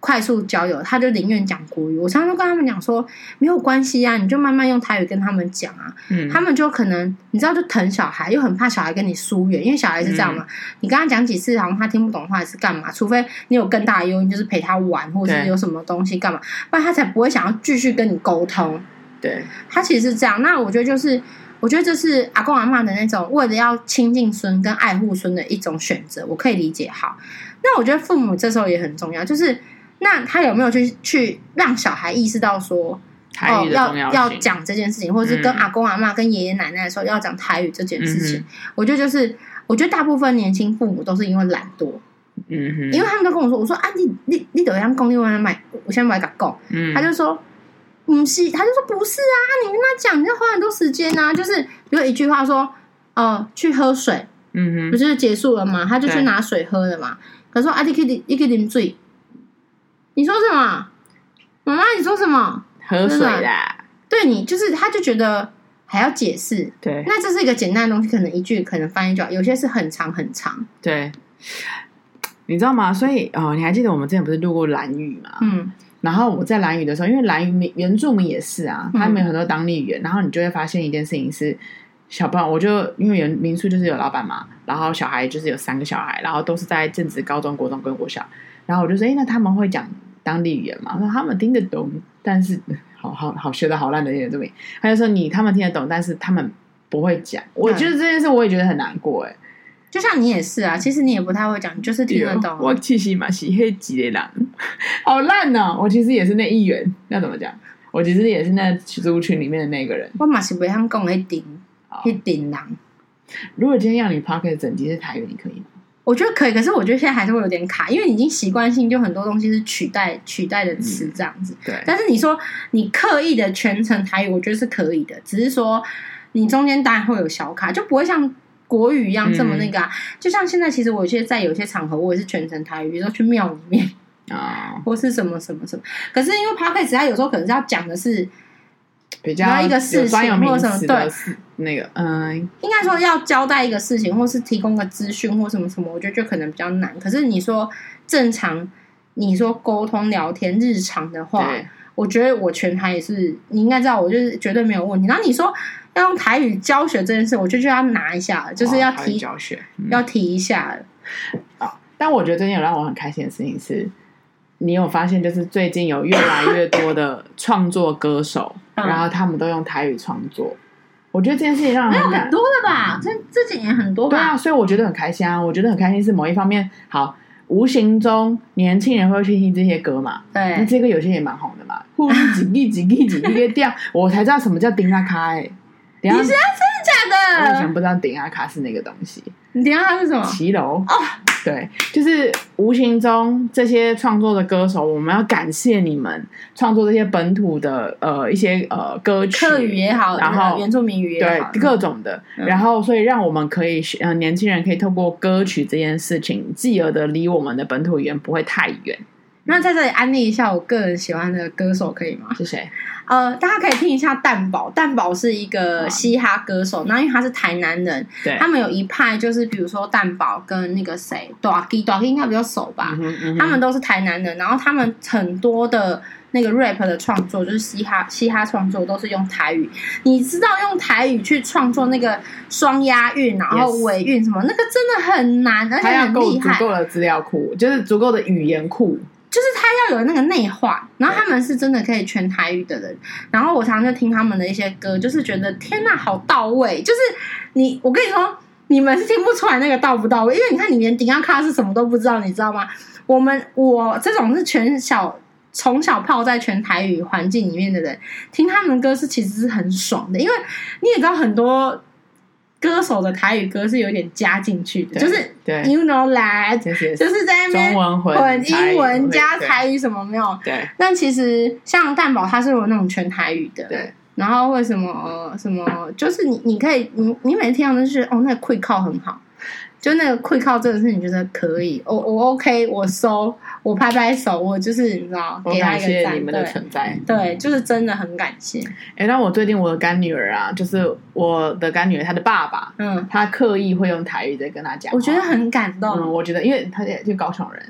[SPEAKER 2] 快速交流，他就宁愿讲国语。我常常都跟他们讲说，没有关系啊，你就慢慢用台语跟他们讲啊。
[SPEAKER 1] 嗯，
[SPEAKER 2] 他们就可能你知道，就疼小孩，又很怕小孩跟你疏远，因为小孩是这样嘛。你跟他讲几次，好像他听不懂的话是干嘛？除非你有更大的诱因，就是陪他玩，或者
[SPEAKER 1] 对
[SPEAKER 2] 是有什么东西干嘛，不然他才不会想要继续跟你沟通。
[SPEAKER 1] 对，
[SPEAKER 2] 他其实是这样。那我觉得就是，我觉得这是阿公阿嬷的那种为了要亲近孙跟爱护孙的一种选择，我可以理解。好，那我觉得父母这时候也很重要，就是那他有没有去去让小孩意识到说，
[SPEAKER 1] 台语的
[SPEAKER 2] 哦
[SPEAKER 1] 重
[SPEAKER 2] 要
[SPEAKER 1] 性，
[SPEAKER 2] 要讲这件事情，或者是跟
[SPEAKER 1] 嗯
[SPEAKER 2] 阿公阿嬷跟爷爷奶奶说要讲台语这件事情，
[SPEAKER 1] 嗯
[SPEAKER 2] 我觉得就是。我觉得大部分年轻父母都是因为懒惰，
[SPEAKER 1] 嗯哼，
[SPEAKER 2] 因为他们都跟我说：“我说啊，你你你怎样供，你外买，我先买个供。”
[SPEAKER 1] 嗯
[SPEAKER 2] 他就说。不是，他就说不是啊，你跟他讲，你要花很多时间啊。就是比如一句话说，呃，去喝水，
[SPEAKER 1] 嗯
[SPEAKER 2] 不
[SPEAKER 1] 哼，
[SPEAKER 2] 是就结束了吗？他就去
[SPEAKER 1] 对
[SPEAKER 2] 拿水喝了嘛。可是说啊，你可以，你可以啉水。你说什么？妈妈，你说什么？
[SPEAKER 1] 喝水啦，
[SPEAKER 2] 对你，就是他就觉得还要解释。
[SPEAKER 1] 对
[SPEAKER 2] 那这是一个简单的东西，可能一句，可能翻译就好。有些是很长很长，
[SPEAKER 1] 对，你知道吗？所以哦，你还记得我们之前不是录过蓝语吗？
[SPEAKER 2] 嗯
[SPEAKER 1] 然后我在兰屿的时候，因为兰屿民原住民也是啊，
[SPEAKER 2] 嗯
[SPEAKER 1] 他们有很多当地语言，然后你就会发现一件事情是，小朋友我就因为原民宿就是有老板嘛，然后小孩就是有三个小孩，然后都是在正职高中、国中跟国小，然后我就说，哎，那他们会讲当地语言吗？他说他们听得懂，但是好好好学的好烂的原住民，他就说你他们听得懂，但是他们不会讲。我觉得这件事我也觉得很难过哎、
[SPEAKER 2] 就像你也是啊，其实你也不太会讲，你就是听得懂。
[SPEAKER 1] 啊
[SPEAKER 2] 啊
[SPEAKER 1] 我其实嘛是黑级的人， [laughs] 好烂哦！我其实也是那一员，那怎么讲？我其实也是那族群里面的那个人。
[SPEAKER 2] 我嘛是不通讲迄顶
[SPEAKER 1] 好
[SPEAKER 2] 迄顶人，
[SPEAKER 1] 如果今天让你 p o c k e t 整集是台语，你可以吗？
[SPEAKER 2] 我觉得可以，可是我觉得现在还是会有点卡，因为你已经习惯性就很多东西是取代取代的词这样子。
[SPEAKER 1] 对
[SPEAKER 2] 但是你说你刻意的全程台语，我觉得是可以的，只是说你中间当然会有小卡，就不会像。国语一样这么那个啊，就像现在，其实我有些在有些场合我也是全程台语，比如说去庙里面
[SPEAKER 1] 啊、
[SPEAKER 2] 或是什么什么什么。可是因为 p o d c a s 它有时候可能是要讲的是，
[SPEAKER 1] 比较
[SPEAKER 2] 然后一个事情
[SPEAKER 1] 有专有名
[SPEAKER 2] 或者
[SPEAKER 1] 词
[SPEAKER 2] 什么
[SPEAKER 1] 的
[SPEAKER 2] 对
[SPEAKER 1] 事那个，嗯，
[SPEAKER 2] 应该说要交代一个事情，或是提供个资讯或什么什么，我觉得就可能比较难。可是你说正常，你说沟通聊天日常的话，
[SPEAKER 1] 对，
[SPEAKER 2] 我觉得我全台也是，你应该知道，我就是绝对没有问题。然后你说要用台语教学这件事，我就觉得要拿一下了，就是要
[SPEAKER 1] 哇哦台语
[SPEAKER 2] 提、
[SPEAKER 1] 教学。嗯
[SPEAKER 2] 要提一下了。
[SPEAKER 1] 但我觉得最近有让我很开心的事情是，你有发现就是最近有越来越多的创作歌手，
[SPEAKER 2] 嗯
[SPEAKER 1] 然后他们都用台语创作。我觉得这件事情让人
[SPEAKER 2] 没有
[SPEAKER 1] 很感
[SPEAKER 2] 很多了
[SPEAKER 1] 嗯
[SPEAKER 2] 吧？这这几年很多
[SPEAKER 1] 对
[SPEAKER 2] 吧？
[SPEAKER 1] 啊，所以我觉得很开心啊，我觉得很开心是某一方面好。无形中，年轻人会去听这些歌嘛？那
[SPEAKER 2] 对，啊
[SPEAKER 1] 这些歌有些也蛮红的嘛。呼噜几滴几滴几滴个调，我才知道什么叫顶阿卡哎、欸。你
[SPEAKER 2] 你是
[SPEAKER 1] 我
[SPEAKER 2] 真的
[SPEAKER 1] 以
[SPEAKER 2] 假的？
[SPEAKER 1] 前不知道顶阿卡是那个东西，
[SPEAKER 2] 你等一下它是什么？
[SPEAKER 1] 骑楼。
[SPEAKER 2] 哦
[SPEAKER 1] 对，就是无形中这些创作的歌手，我们要感谢你们创作这些本土的呃一些呃歌曲，
[SPEAKER 2] 客语也好，
[SPEAKER 1] 然后
[SPEAKER 2] 原住民语也
[SPEAKER 1] 对
[SPEAKER 2] 好，
[SPEAKER 1] 各种的，
[SPEAKER 2] 嗯
[SPEAKER 1] 然后所以让我们可以学呃年轻人可以透过歌曲这件事情，继而的离我们的本土语言不会太远。
[SPEAKER 2] 那在这里安利一下我个人喜欢的歌手，可以吗？
[SPEAKER 1] 是谁？
[SPEAKER 2] 呃，大家可以听一下蛋宝，蛋宝是一个嘻哈歌手，那因为他是台南人，
[SPEAKER 1] 对，
[SPEAKER 2] 他们有一派就是比如说蛋宝跟那个谁 d o g d o g 应该比较熟
[SPEAKER 1] 嗯
[SPEAKER 2] 吧，他们都是台南人，然后他们很多的那个 rap 的创作，就是嘻哈嘻哈创作都是用台语。你知道用台语去创作那个双押韵，然后
[SPEAKER 1] Yes
[SPEAKER 2] 尾韵什么，那个真的很难，而且
[SPEAKER 1] 他要
[SPEAKER 2] 很
[SPEAKER 1] 够
[SPEAKER 2] 厉
[SPEAKER 1] 足
[SPEAKER 2] 害，
[SPEAKER 1] 够的资料库，就是足够的语言库。
[SPEAKER 2] 就是他要有那个内化。然后他们是真的可以全台语的人。然后我常常就听他们的一些歌，就是觉得天呐，好到位！就是你，我跟你说，你们是听不出来那个到不到位，因为你看你连顶奥卡是什么都不知道，你知道吗？我们我这种是全小从小泡在全台语环境里面的人，听他们的歌是其实是很爽的，因为你也知道很多歌手的台语歌是有点加进去
[SPEAKER 1] 对
[SPEAKER 2] 的，就是
[SPEAKER 1] 对
[SPEAKER 2] you know that，
[SPEAKER 1] 谢谢。
[SPEAKER 2] 就是在那边
[SPEAKER 1] 中文混
[SPEAKER 2] 混
[SPEAKER 1] 台
[SPEAKER 2] 英
[SPEAKER 1] 语
[SPEAKER 2] 文
[SPEAKER 1] 对
[SPEAKER 2] 加
[SPEAKER 1] 对
[SPEAKER 2] 台语什么没有，
[SPEAKER 1] 对
[SPEAKER 2] 但其实像蛋堡，它是有那种全台语的。
[SPEAKER 1] 对。
[SPEAKER 2] 然后为什么呃什么？就是你你可以你你每天听到就是哦，那个 quick call 很好，就那个 quick call 真的是你觉得可以，我我 OK，我收，我拍拍手，我就是你知道，
[SPEAKER 1] 我
[SPEAKER 2] 给他
[SPEAKER 1] 感
[SPEAKER 2] 一个
[SPEAKER 1] 谢
[SPEAKER 2] 赞，
[SPEAKER 1] 你们的
[SPEAKER 2] 对
[SPEAKER 1] 存在。
[SPEAKER 2] 对，就是真的很感谢，
[SPEAKER 1] 哎，那我最近我的干女儿啊，就是我的干女儿，她的爸爸，
[SPEAKER 2] 嗯，
[SPEAKER 1] 他刻意会用台语在跟她讲话。
[SPEAKER 2] 我觉得很感动，
[SPEAKER 1] 嗯，我觉得，因为他也是高雄人，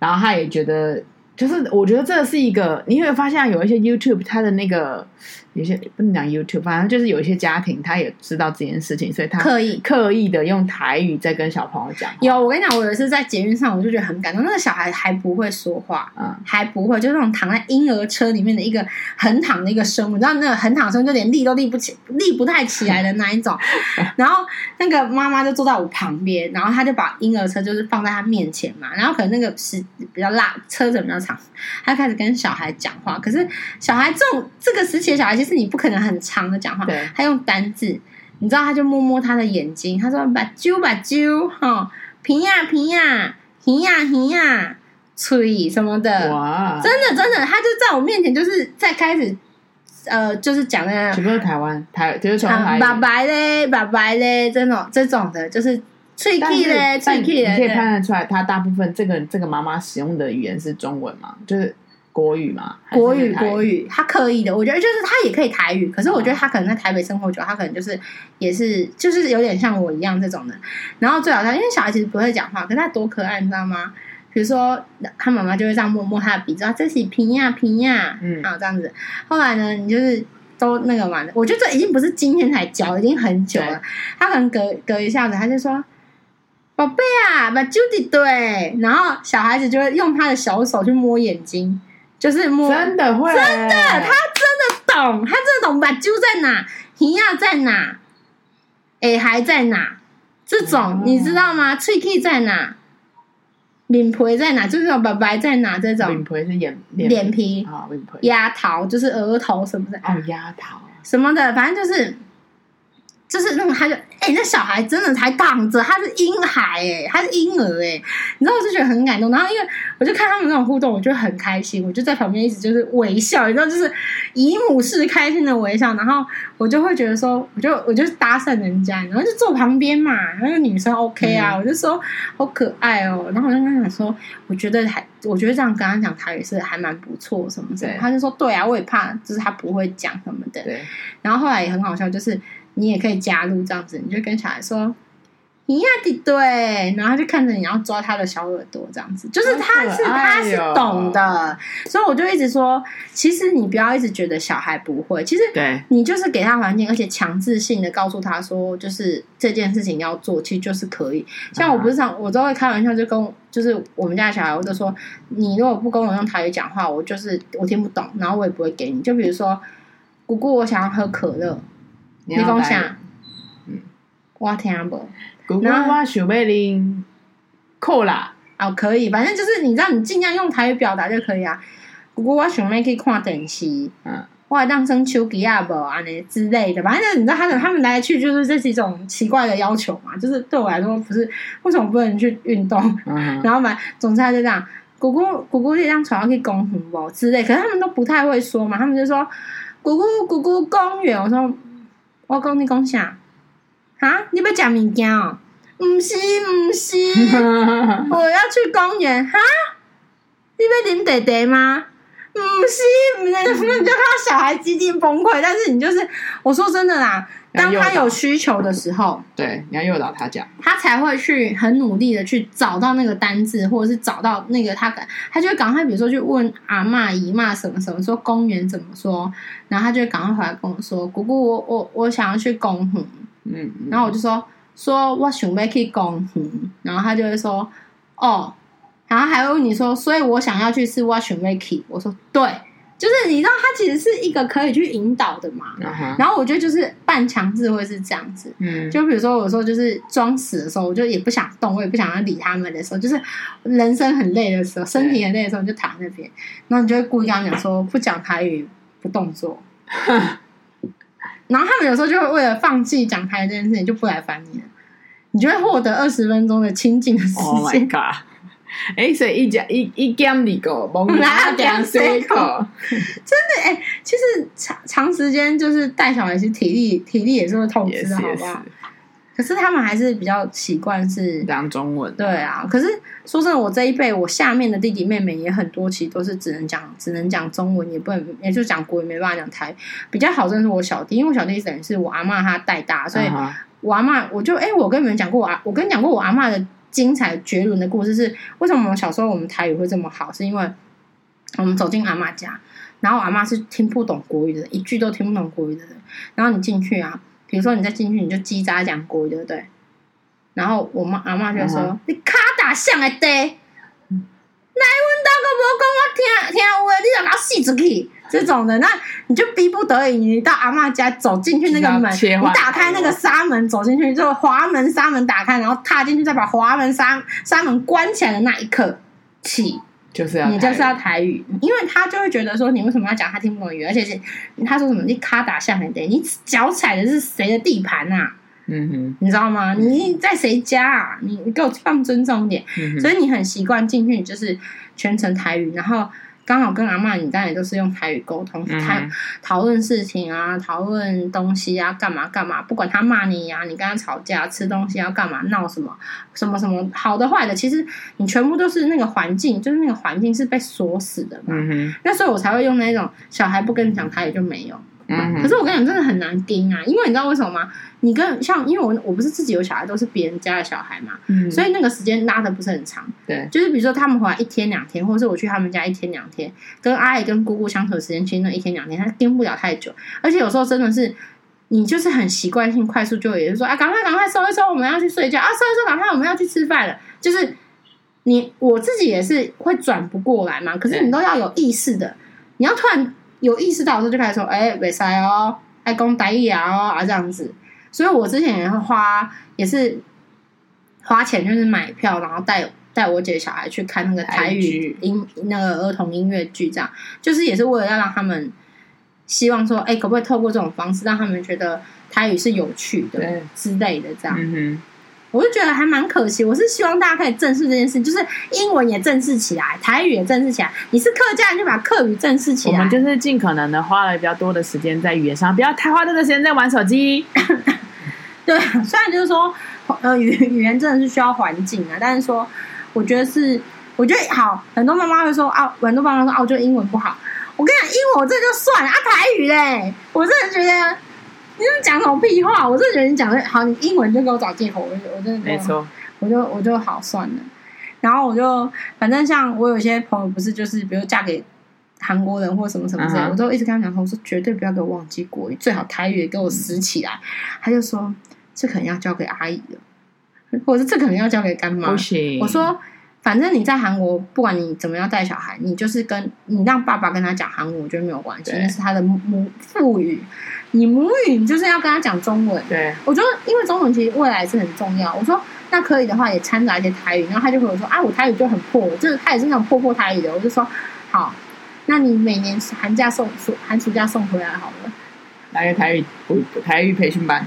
[SPEAKER 1] 然后他也觉得，就是我觉得这是一个，你会发现有一些 YouTube 他的那个，有一些不能讲 YouTube，反正就是有一些家庭他也知道这件事情，所以他
[SPEAKER 2] 刻意。
[SPEAKER 1] 刻意的用台语在跟小朋友讲。
[SPEAKER 2] 有，我跟你讲，我有一次在捷运上，我就觉得很感动。那个小孩还不会说话，
[SPEAKER 1] 嗯，
[SPEAKER 2] 还不会，就是那种躺在婴儿车里面的一个横躺的一个生物，你知道那个横躺生就连立都立不起，立不太起来的那一种。然后那个妈妈就坐在我旁边，然后她就把婴儿车就是放在她面前嘛，然后可能那个时比较辣，车程比较长，她开始跟小孩讲话。可是小孩这种这个时期的小孩，其实你不可能很长的讲话，
[SPEAKER 1] 对，
[SPEAKER 2] 他用单字，你知道，他就摸摸他的眼睛，他说：“把揪把揪，哈，皮呀皮呀，皮呀皮呀，吹什么的。
[SPEAKER 1] 哇”，
[SPEAKER 2] 真的真的，他就在我面前，就是在开始，呃，就是讲那
[SPEAKER 1] 全部都是台湾台，就是从台
[SPEAKER 2] 啊，
[SPEAKER 1] 语。
[SPEAKER 2] 拜拜嘞，拜拜嘞，这种这种的，就是吹
[SPEAKER 1] 但
[SPEAKER 2] 气
[SPEAKER 1] 是
[SPEAKER 2] 嘞，
[SPEAKER 1] 但
[SPEAKER 2] 吹
[SPEAKER 1] 你可
[SPEAKER 2] 气
[SPEAKER 1] 以
[SPEAKER 2] 嘞，
[SPEAKER 1] 看得出来，他大部分这个这个妈妈使用的语言是中文嘛，就是国语哦嘛，还是
[SPEAKER 2] 国语
[SPEAKER 1] 台
[SPEAKER 2] 国语，他刻意的，我觉得就是他也可以台语，可是我觉得他可能在台北生活久，他可能就是也是就是有点像我一样这种的。然后最好笑，因为小孩其实不会讲话，可是他多可爱，你知道吗？比如说他妈妈就会这样摸摸他的鼻子，啊，这是平呀平呀，
[SPEAKER 1] 嗯
[SPEAKER 2] 好这样子。后来呢，你就是都那个嘛，我觉得这已经不是今天才教，已经很久了
[SPEAKER 1] 对。
[SPEAKER 2] 他可能隔隔一下子，他就说。宝贝啊，把 Judy 对，然后小孩子就会用他的小手去摸眼睛，就是摸
[SPEAKER 1] 真的会，真的
[SPEAKER 2] 他懂，他真的懂把揪在哪，鱼要在哪，诶还在哪，这种、
[SPEAKER 1] 哦
[SPEAKER 2] 你知道吗？脆 K 在哪，脸皮在哪，就是那种白白在哪这
[SPEAKER 1] 脸
[SPEAKER 2] 种
[SPEAKER 1] 皮是眼
[SPEAKER 2] 脸皮
[SPEAKER 1] 啊，脸皮
[SPEAKER 2] 压头就是额头什么的
[SPEAKER 1] 哦，丫头，
[SPEAKER 2] 什么的，反正就是。就是那种，他就哎、那小孩真的才躺着，他是婴孩哎、他是婴儿哎、你知道我就觉得很感动。然后因为我就看他们那种互动，我就很开心，我就在旁边一直就是微笑，你知道，就是姨母式开心的微笑。然后我就会觉得说，我就我就搭讪人家，然后就坐旁边嘛，然后女生 OK 啊，
[SPEAKER 1] 嗯
[SPEAKER 2] 我就说好可爱哦。然后我就跟他讲说，我觉得还我觉得这样跟他讲台语是还蛮不错什么什么
[SPEAKER 1] 对。
[SPEAKER 2] 他就说对啊，我也怕就是他不会讲什么的。
[SPEAKER 1] 对，
[SPEAKER 2] 然后后来也很好笑，就是你也可以加入这样子，你就跟小孩说。一样的对，然后他就看着你，然后抓他的小耳朵，这样子，就是他是、
[SPEAKER 1] 好可
[SPEAKER 2] 他
[SPEAKER 1] 爱
[SPEAKER 2] 是
[SPEAKER 1] 哦
[SPEAKER 2] 懂的，所以我就一直说，其实你不要一直觉得小孩不会，其实
[SPEAKER 1] 对，
[SPEAKER 2] 你就是给他环境，而且强制性的告诉他说，就是这件事情要做，其实就是可以。像我
[SPEAKER 1] 嗯
[SPEAKER 2] 不是常，我都会开玩笑，就跟我就是我们家的小孩，我就说，你如果不跟我用台语讲话，我就是我听不懂，然后我也不会给你。就比如说，姑姑，我想要喝可乐，你
[SPEAKER 1] 要
[SPEAKER 2] 跟我
[SPEAKER 1] 来
[SPEAKER 2] 讲，
[SPEAKER 1] 嗯，
[SPEAKER 2] 我听啊不。
[SPEAKER 1] 姑姑
[SPEAKER 2] 然后
[SPEAKER 1] 我想要啉扣啦，
[SPEAKER 2] 哦，可以，反正就是你知道，你尽量用台语表达就可以啊。不过我想要去看电视，
[SPEAKER 1] 嗯，
[SPEAKER 2] 我还当生丘吉亚不啊那之类的，反正你知道他的他们来来去就是这是一种奇怪的要求嘛，就是对我来说不是为什么不能去运动， [laughs]
[SPEAKER 1] 嗯哼，
[SPEAKER 2] 然后嘛，总之他就这样，姑姑姑姑就这样传要去公园不之类，可是他们都不太会说嘛，他们就说姑姑姑姑公园，我说我讲你讲啥啊？你要吃物件哦？ [laughs] 唔是唔是。我要去公园哈，你被淋得得吗？不是，那那你就看到小孩几近崩溃，但是你就是，我说真的啦，
[SPEAKER 1] 要
[SPEAKER 2] 当
[SPEAKER 1] 诱
[SPEAKER 2] 他
[SPEAKER 1] 导
[SPEAKER 2] 有需求的时候，
[SPEAKER 1] [laughs] 对，你要诱导他讲，
[SPEAKER 2] 他才会去很努力的去找到那个单字，或者是找到那个他感，他就会赶快比如说去问阿嬷姨妈什么什么，说公园怎么说，然后他就会赶快回来跟我说，姑姑，我我我想要去公园，
[SPEAKER 1] 嗯，嗯
[SPEAKER 2] 然后我就说说我想要去公园，然后他就会说哦，然后还会问你说，所以我想要去是我想要去，我说对，就是你知道他其实是一个可以去引导的嘛，
[SPEAKER 1] 啊哈，
[SPEAKER 2] 然后我觉得就是半强制会是这样子，
[SPEAKER 1] 嗯，
[SPEAKER 2] 就比如说，有时候就是装死的时候，我就也不想动，我也不想要理他们的时候，就是人生很累的时候，身体很累的时候，你就躺那边，然后你就会故意跟他们讲说不讲台语，不
[SPEAKER 1] [laughs]
[SPEAKER 2] 动作。然后他们有时候就会为了放弃讲台语这件事情，就不来烦你了，你就会获得二十分钟的清静的时
[SPEAKER 1] Oh my
[SPEAKER 2] 间。
[SPEAKER 1] god！哎、所以一家一一 g a m 里个，蒙拉两水
[SPEAKER 2] [laughs]
[SPEAKER 1] 口，
[SPEAKER 2] [laughs] 其实长长时间就是带小孩，其实体力体力也是会透
[SPEAKER 1] 也
[SPEAKER 2] 支
[SPEAKER 1] 是
[SPEAKER 2] 的，好
[SPEAKER 1] 也
[SPEAKER 2] 不好？
[SPEAKER 1] 是，
[SPEAKER 2] 可是他们还是比较习惯是
[SPEAKER 1] 讲中文，
[SPEAKER 2] 对啊，可是说真的，我这一辈，我下面的弟弟妹妹也很多，其实都是只能讲只能讲中文，也不能也就讲国语，没办法讲台语。比较好真的是我小弟，因为我小弟等于是我阿嬷她带大，所以
[SPEAKER 1] 啊哈
[SPEAKER 2] 我阿嬷我就哎、我跟你们讲过我阿，我跟你讲过我阿嬷的精彩绝伦的故事是为什么我们小时候我们台语会这么好，是因为我们走进阿嬷家，然后我阿嬷是听不懂国语的，一句都听不懂国语的人。然后你进去啊，比如说你再进去你就叽喳讲国语，对不对？然后我妈阿嬷就会说：“
[SPEAKER 1] 嗯
[SPEAKER 2] 你卡打像的地，来阮兜个无讲我听听有诶，你就老死出去。”这种的，那你就逼不得已，你到阿嬷家走进去那个门，
[SPEAKER 1] 就是要切
[SPEAKER 2] 你
[SPEAKER 1] 换
[SPEAKER 2] 打开那个纱门走进去，就滑门纱门打开，然后踏进去，再把滑门纱纱门关起来的那一刻起，
[SPEAKER 1] 就是要
[SPEAKER 2] 你就是
[SPEAKER 1] 台
[SPEAKER 2] 要台语，因为他就会觉得说你为什么要讲他听不懂的语，而且是他说什么你卡打下很得，你脚踩的是谁的地盘啊？
[SPEAKER 1] 语，嗯哼，
[SPEAKER 2] 你知道吗？你在谁家啊？你你给我放尊重一点。
[SPEAKER 1] 嗯哼，
[SPEAKER 2] 所以你很习惯进去，你就是全程台语，然后刚好跟阿嬷你当然也都是用台语沟通，
[SPEAKER 1] 嗯
[SPEAKER 2] 谈讨论事情啊，讨论东西啊，干嘛干嘛，不管他骂你呀、你跟他吵架，吃东西要干嘛，闹什么什么什么，好的坏的，其实你全部都是那个环境，就是那个环境是被锁死的嘛。
[SPEAKER 1] 嗯哼，
[SPEAKER 2] 那所以我才会用那种小孩不跟你讲台语就没有。
[SPEAKER 1] 嗯
[SPEAKER 2] 可
[SPEAKER 1] 哼，
[SPEAKER 2] 是我跟你讲，真的很难盯啊，因为你知道为什么吗？你跟像因为我我不是自己有小孩，都是别人家的小孩嘛，
[SPEAKER 1] 嗯
[SPEAKER 2] 所以那个时间拉的不是很长。
[SPEAKER 1] 对，
[SPEAKER 2] 就是比如说他们回来一天两天，或者是我去他们家一天两天，跟阿姨跟姑姑相处的时间其实那一天两天，他盯不了太久，而且有时候真的是。你就是很习惯性快速就也就是说啊，赶快赶快收一收，我们要去睡觉啊，收一收，赶快我们要去吃饭了。就是你我自己也是会转不过来嘛，可是
[SPEAKER 1] 对
[SPEAKER 2] 你都要有意识的，你要突然有意识到的时候就开始说，哎、欸，袂使哦，爱讲台语啊哦啊这样子。所以我之前也会花也是花钱，就是买票，然后带带我姐小孩去看那个台
[SPEAKER 1] 台
[SPEAKER 2] 语
[SPEAKER 1] 剧
[SPEAKER 2] 音那个儿童音乐剧，这样就是也是为了要让他们希望说，哎、可不可以透过这种方式让他们觉得台语是有趣的
[SPEAKER 1] 对
[SPEAKER 2] 之类的这样。
[SPEAKER 1] 嗯
[SPEAKER 2] 我就觉得还蛮可惜。我是希望大家可以正视这件事，就是英文也正视起来，台语也正视起来。你是客家人，就把客语正视
[SPEAKER 1] 哼，
[SPEAKER 2] 起
[SPEAKER 1] 我
[SPEAKER 2] 来
[SPEAKER 1] 们。就是尽可能的花了比较多的时间在语言上，不要太花这个时间在玩手机。
[SPEAKER 2] 嗯 [laughs] 对，虽然就是说，呃，语 [laughs] 语言真的是需要环境啊，但是说，我觉得是，我觉得好，很多妈妈会说啊，很多妈妈说啊，我觉得英文不好。我跟你讲，英文我这就算了啊，台语嘞，我真的觉得你在讲什么屁话，我真的觉得你讲的好，你英文就给我找借口，我就我真的
[SPEAKER 1] 没错，
[SPEAKER 2] 我就我就好算了。然后我就反正像我有些朋友不是就是比如嫁给韩国人或什么什么之
[SPEAKER 1] 嗯
[SPEAKER 2] 类的，
[SPEAKER 1] 哼
[SPEAKER 2] 我都一直跟他讲说，我说绝对不要给我忘记国语，最好台语也给我拾起来。他就说这可能要交给阿姨了，或者是这可能要交给干妈
[SPEAKER 1] 不。行。
[SPEAKER 2] 嗯我说反正你在韩国，不管你怎么样带小孩，你就是跟你让爸爸跟他讲韩文，我觉得没有关系，
[SPEAKER 1] 对
[SPEAKER 2] 那是他的母母父语。你母语你就是要跟他讲中文，
[SPEAKER 1] 对，
[SPEAKER 2] 我觉得，因为中文其实未来是很重要。我说那可以的话，也掺杂一些台语。然后他就回我说啊，我台语就很破，就是他也是那种破破台语的。我就说好，那你每年寒假送暑寒暑假送回来好 [laughs] 了。
[SPEAKER 1] 来个台语补台语培训班。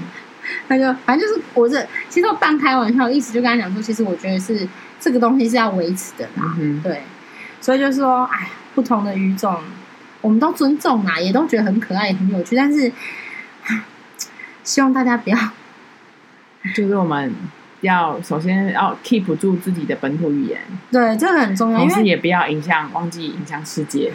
[SPEAKER 2] 他就反正就是我这其实我半开玩笑，意思就跟他讲说，其实我觉得是这个东西是要维持的啦。
[SPEAKER 1] 嗯
[SPEAKER 2] 对，所以就是说，哎，不同的语种，我们都尊重啦，也都觉得很可爱，也很有趣。但是唉希望大家不要
[SPEAKER 1] 哼，就是我们要首先要 keep 住自己的本土语言，
[SPEAKER 2] 对，这个很重要，
[SPEAKER 1] 同
[SPEAKER 2] 哦因
[SPEAKER 1] 时
[SPEAKER 2] 为
[SPEAKER 1] 也不要影响忘记影响世界。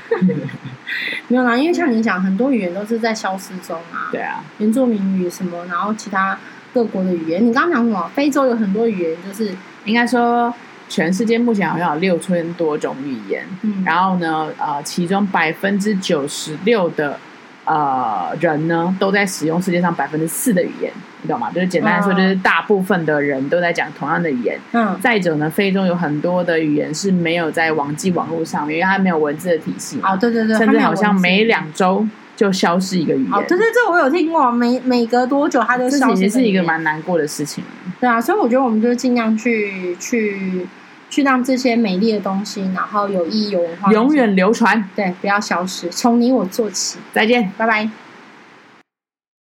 [SPEAKER 2] 没有啦，因为像你讲，很多语言都是在消失中啊，
[SPEAKER 1] 对啊，
[SPEAKER 2] 原住民语什么，然后其他各国的语言，你刚刚讲什么？非洲有很多语言，就是
[SPEAKER 1] 应该说全世界目前好像有六千多种语言，
[SPEAKER 2] 嗯，
[SPEAKER 1] 然后呢，呃，其中百分之九十六的呃人呢，都在使用世界上百分之四的语言，你懂吗？就是简单来说，
[SPEAKER 2] 嗯
[SPEAKER 1] 就是大部分的人都在讲同样的语言。
[SPEAKER 2] 嗯
[SPEAKER 1] 再者呢，非洲有很多的语言是没有在网际网络上面，因为它没有文字的体系嘛
[SPEAKER 2] 哦，对对对，
[SPEAKER 1] 甚
[SPEAKER 2] 他
[SPEAKER 1] 至
[SPEAKER 2] 们有
[SPEAKER 1] 好像
[SPEAKER 2] 文字
[SPEAKER 1] 每两周就消失一个语言。
[SPEAKER 2] 哦，对对，这我有听过，每每隔多久它就
[SPEAKER 1] 这
[SPEAKER 2] 消
[SPEAKER 1] 其实
[SPEAKER 2] 失
[SPEAKER 1] 是一
[SPEAKER 2] 语
[SPEAKER 1] 个
[SPEAKER 2] 言
[SPEAKER 1] 蛮难过的事情。
[SPEAKER 2] 对啊，所以我觉得我们就尽量去去去让这些美丽的东西，然后有意义、有文化，
[SPEAKER 1] 永远流传，
[SPEAKER 2] 对，不要消失，从你我做起。
[SPEAKER 1] 再见。
[SPEAKER 2] 拜拜。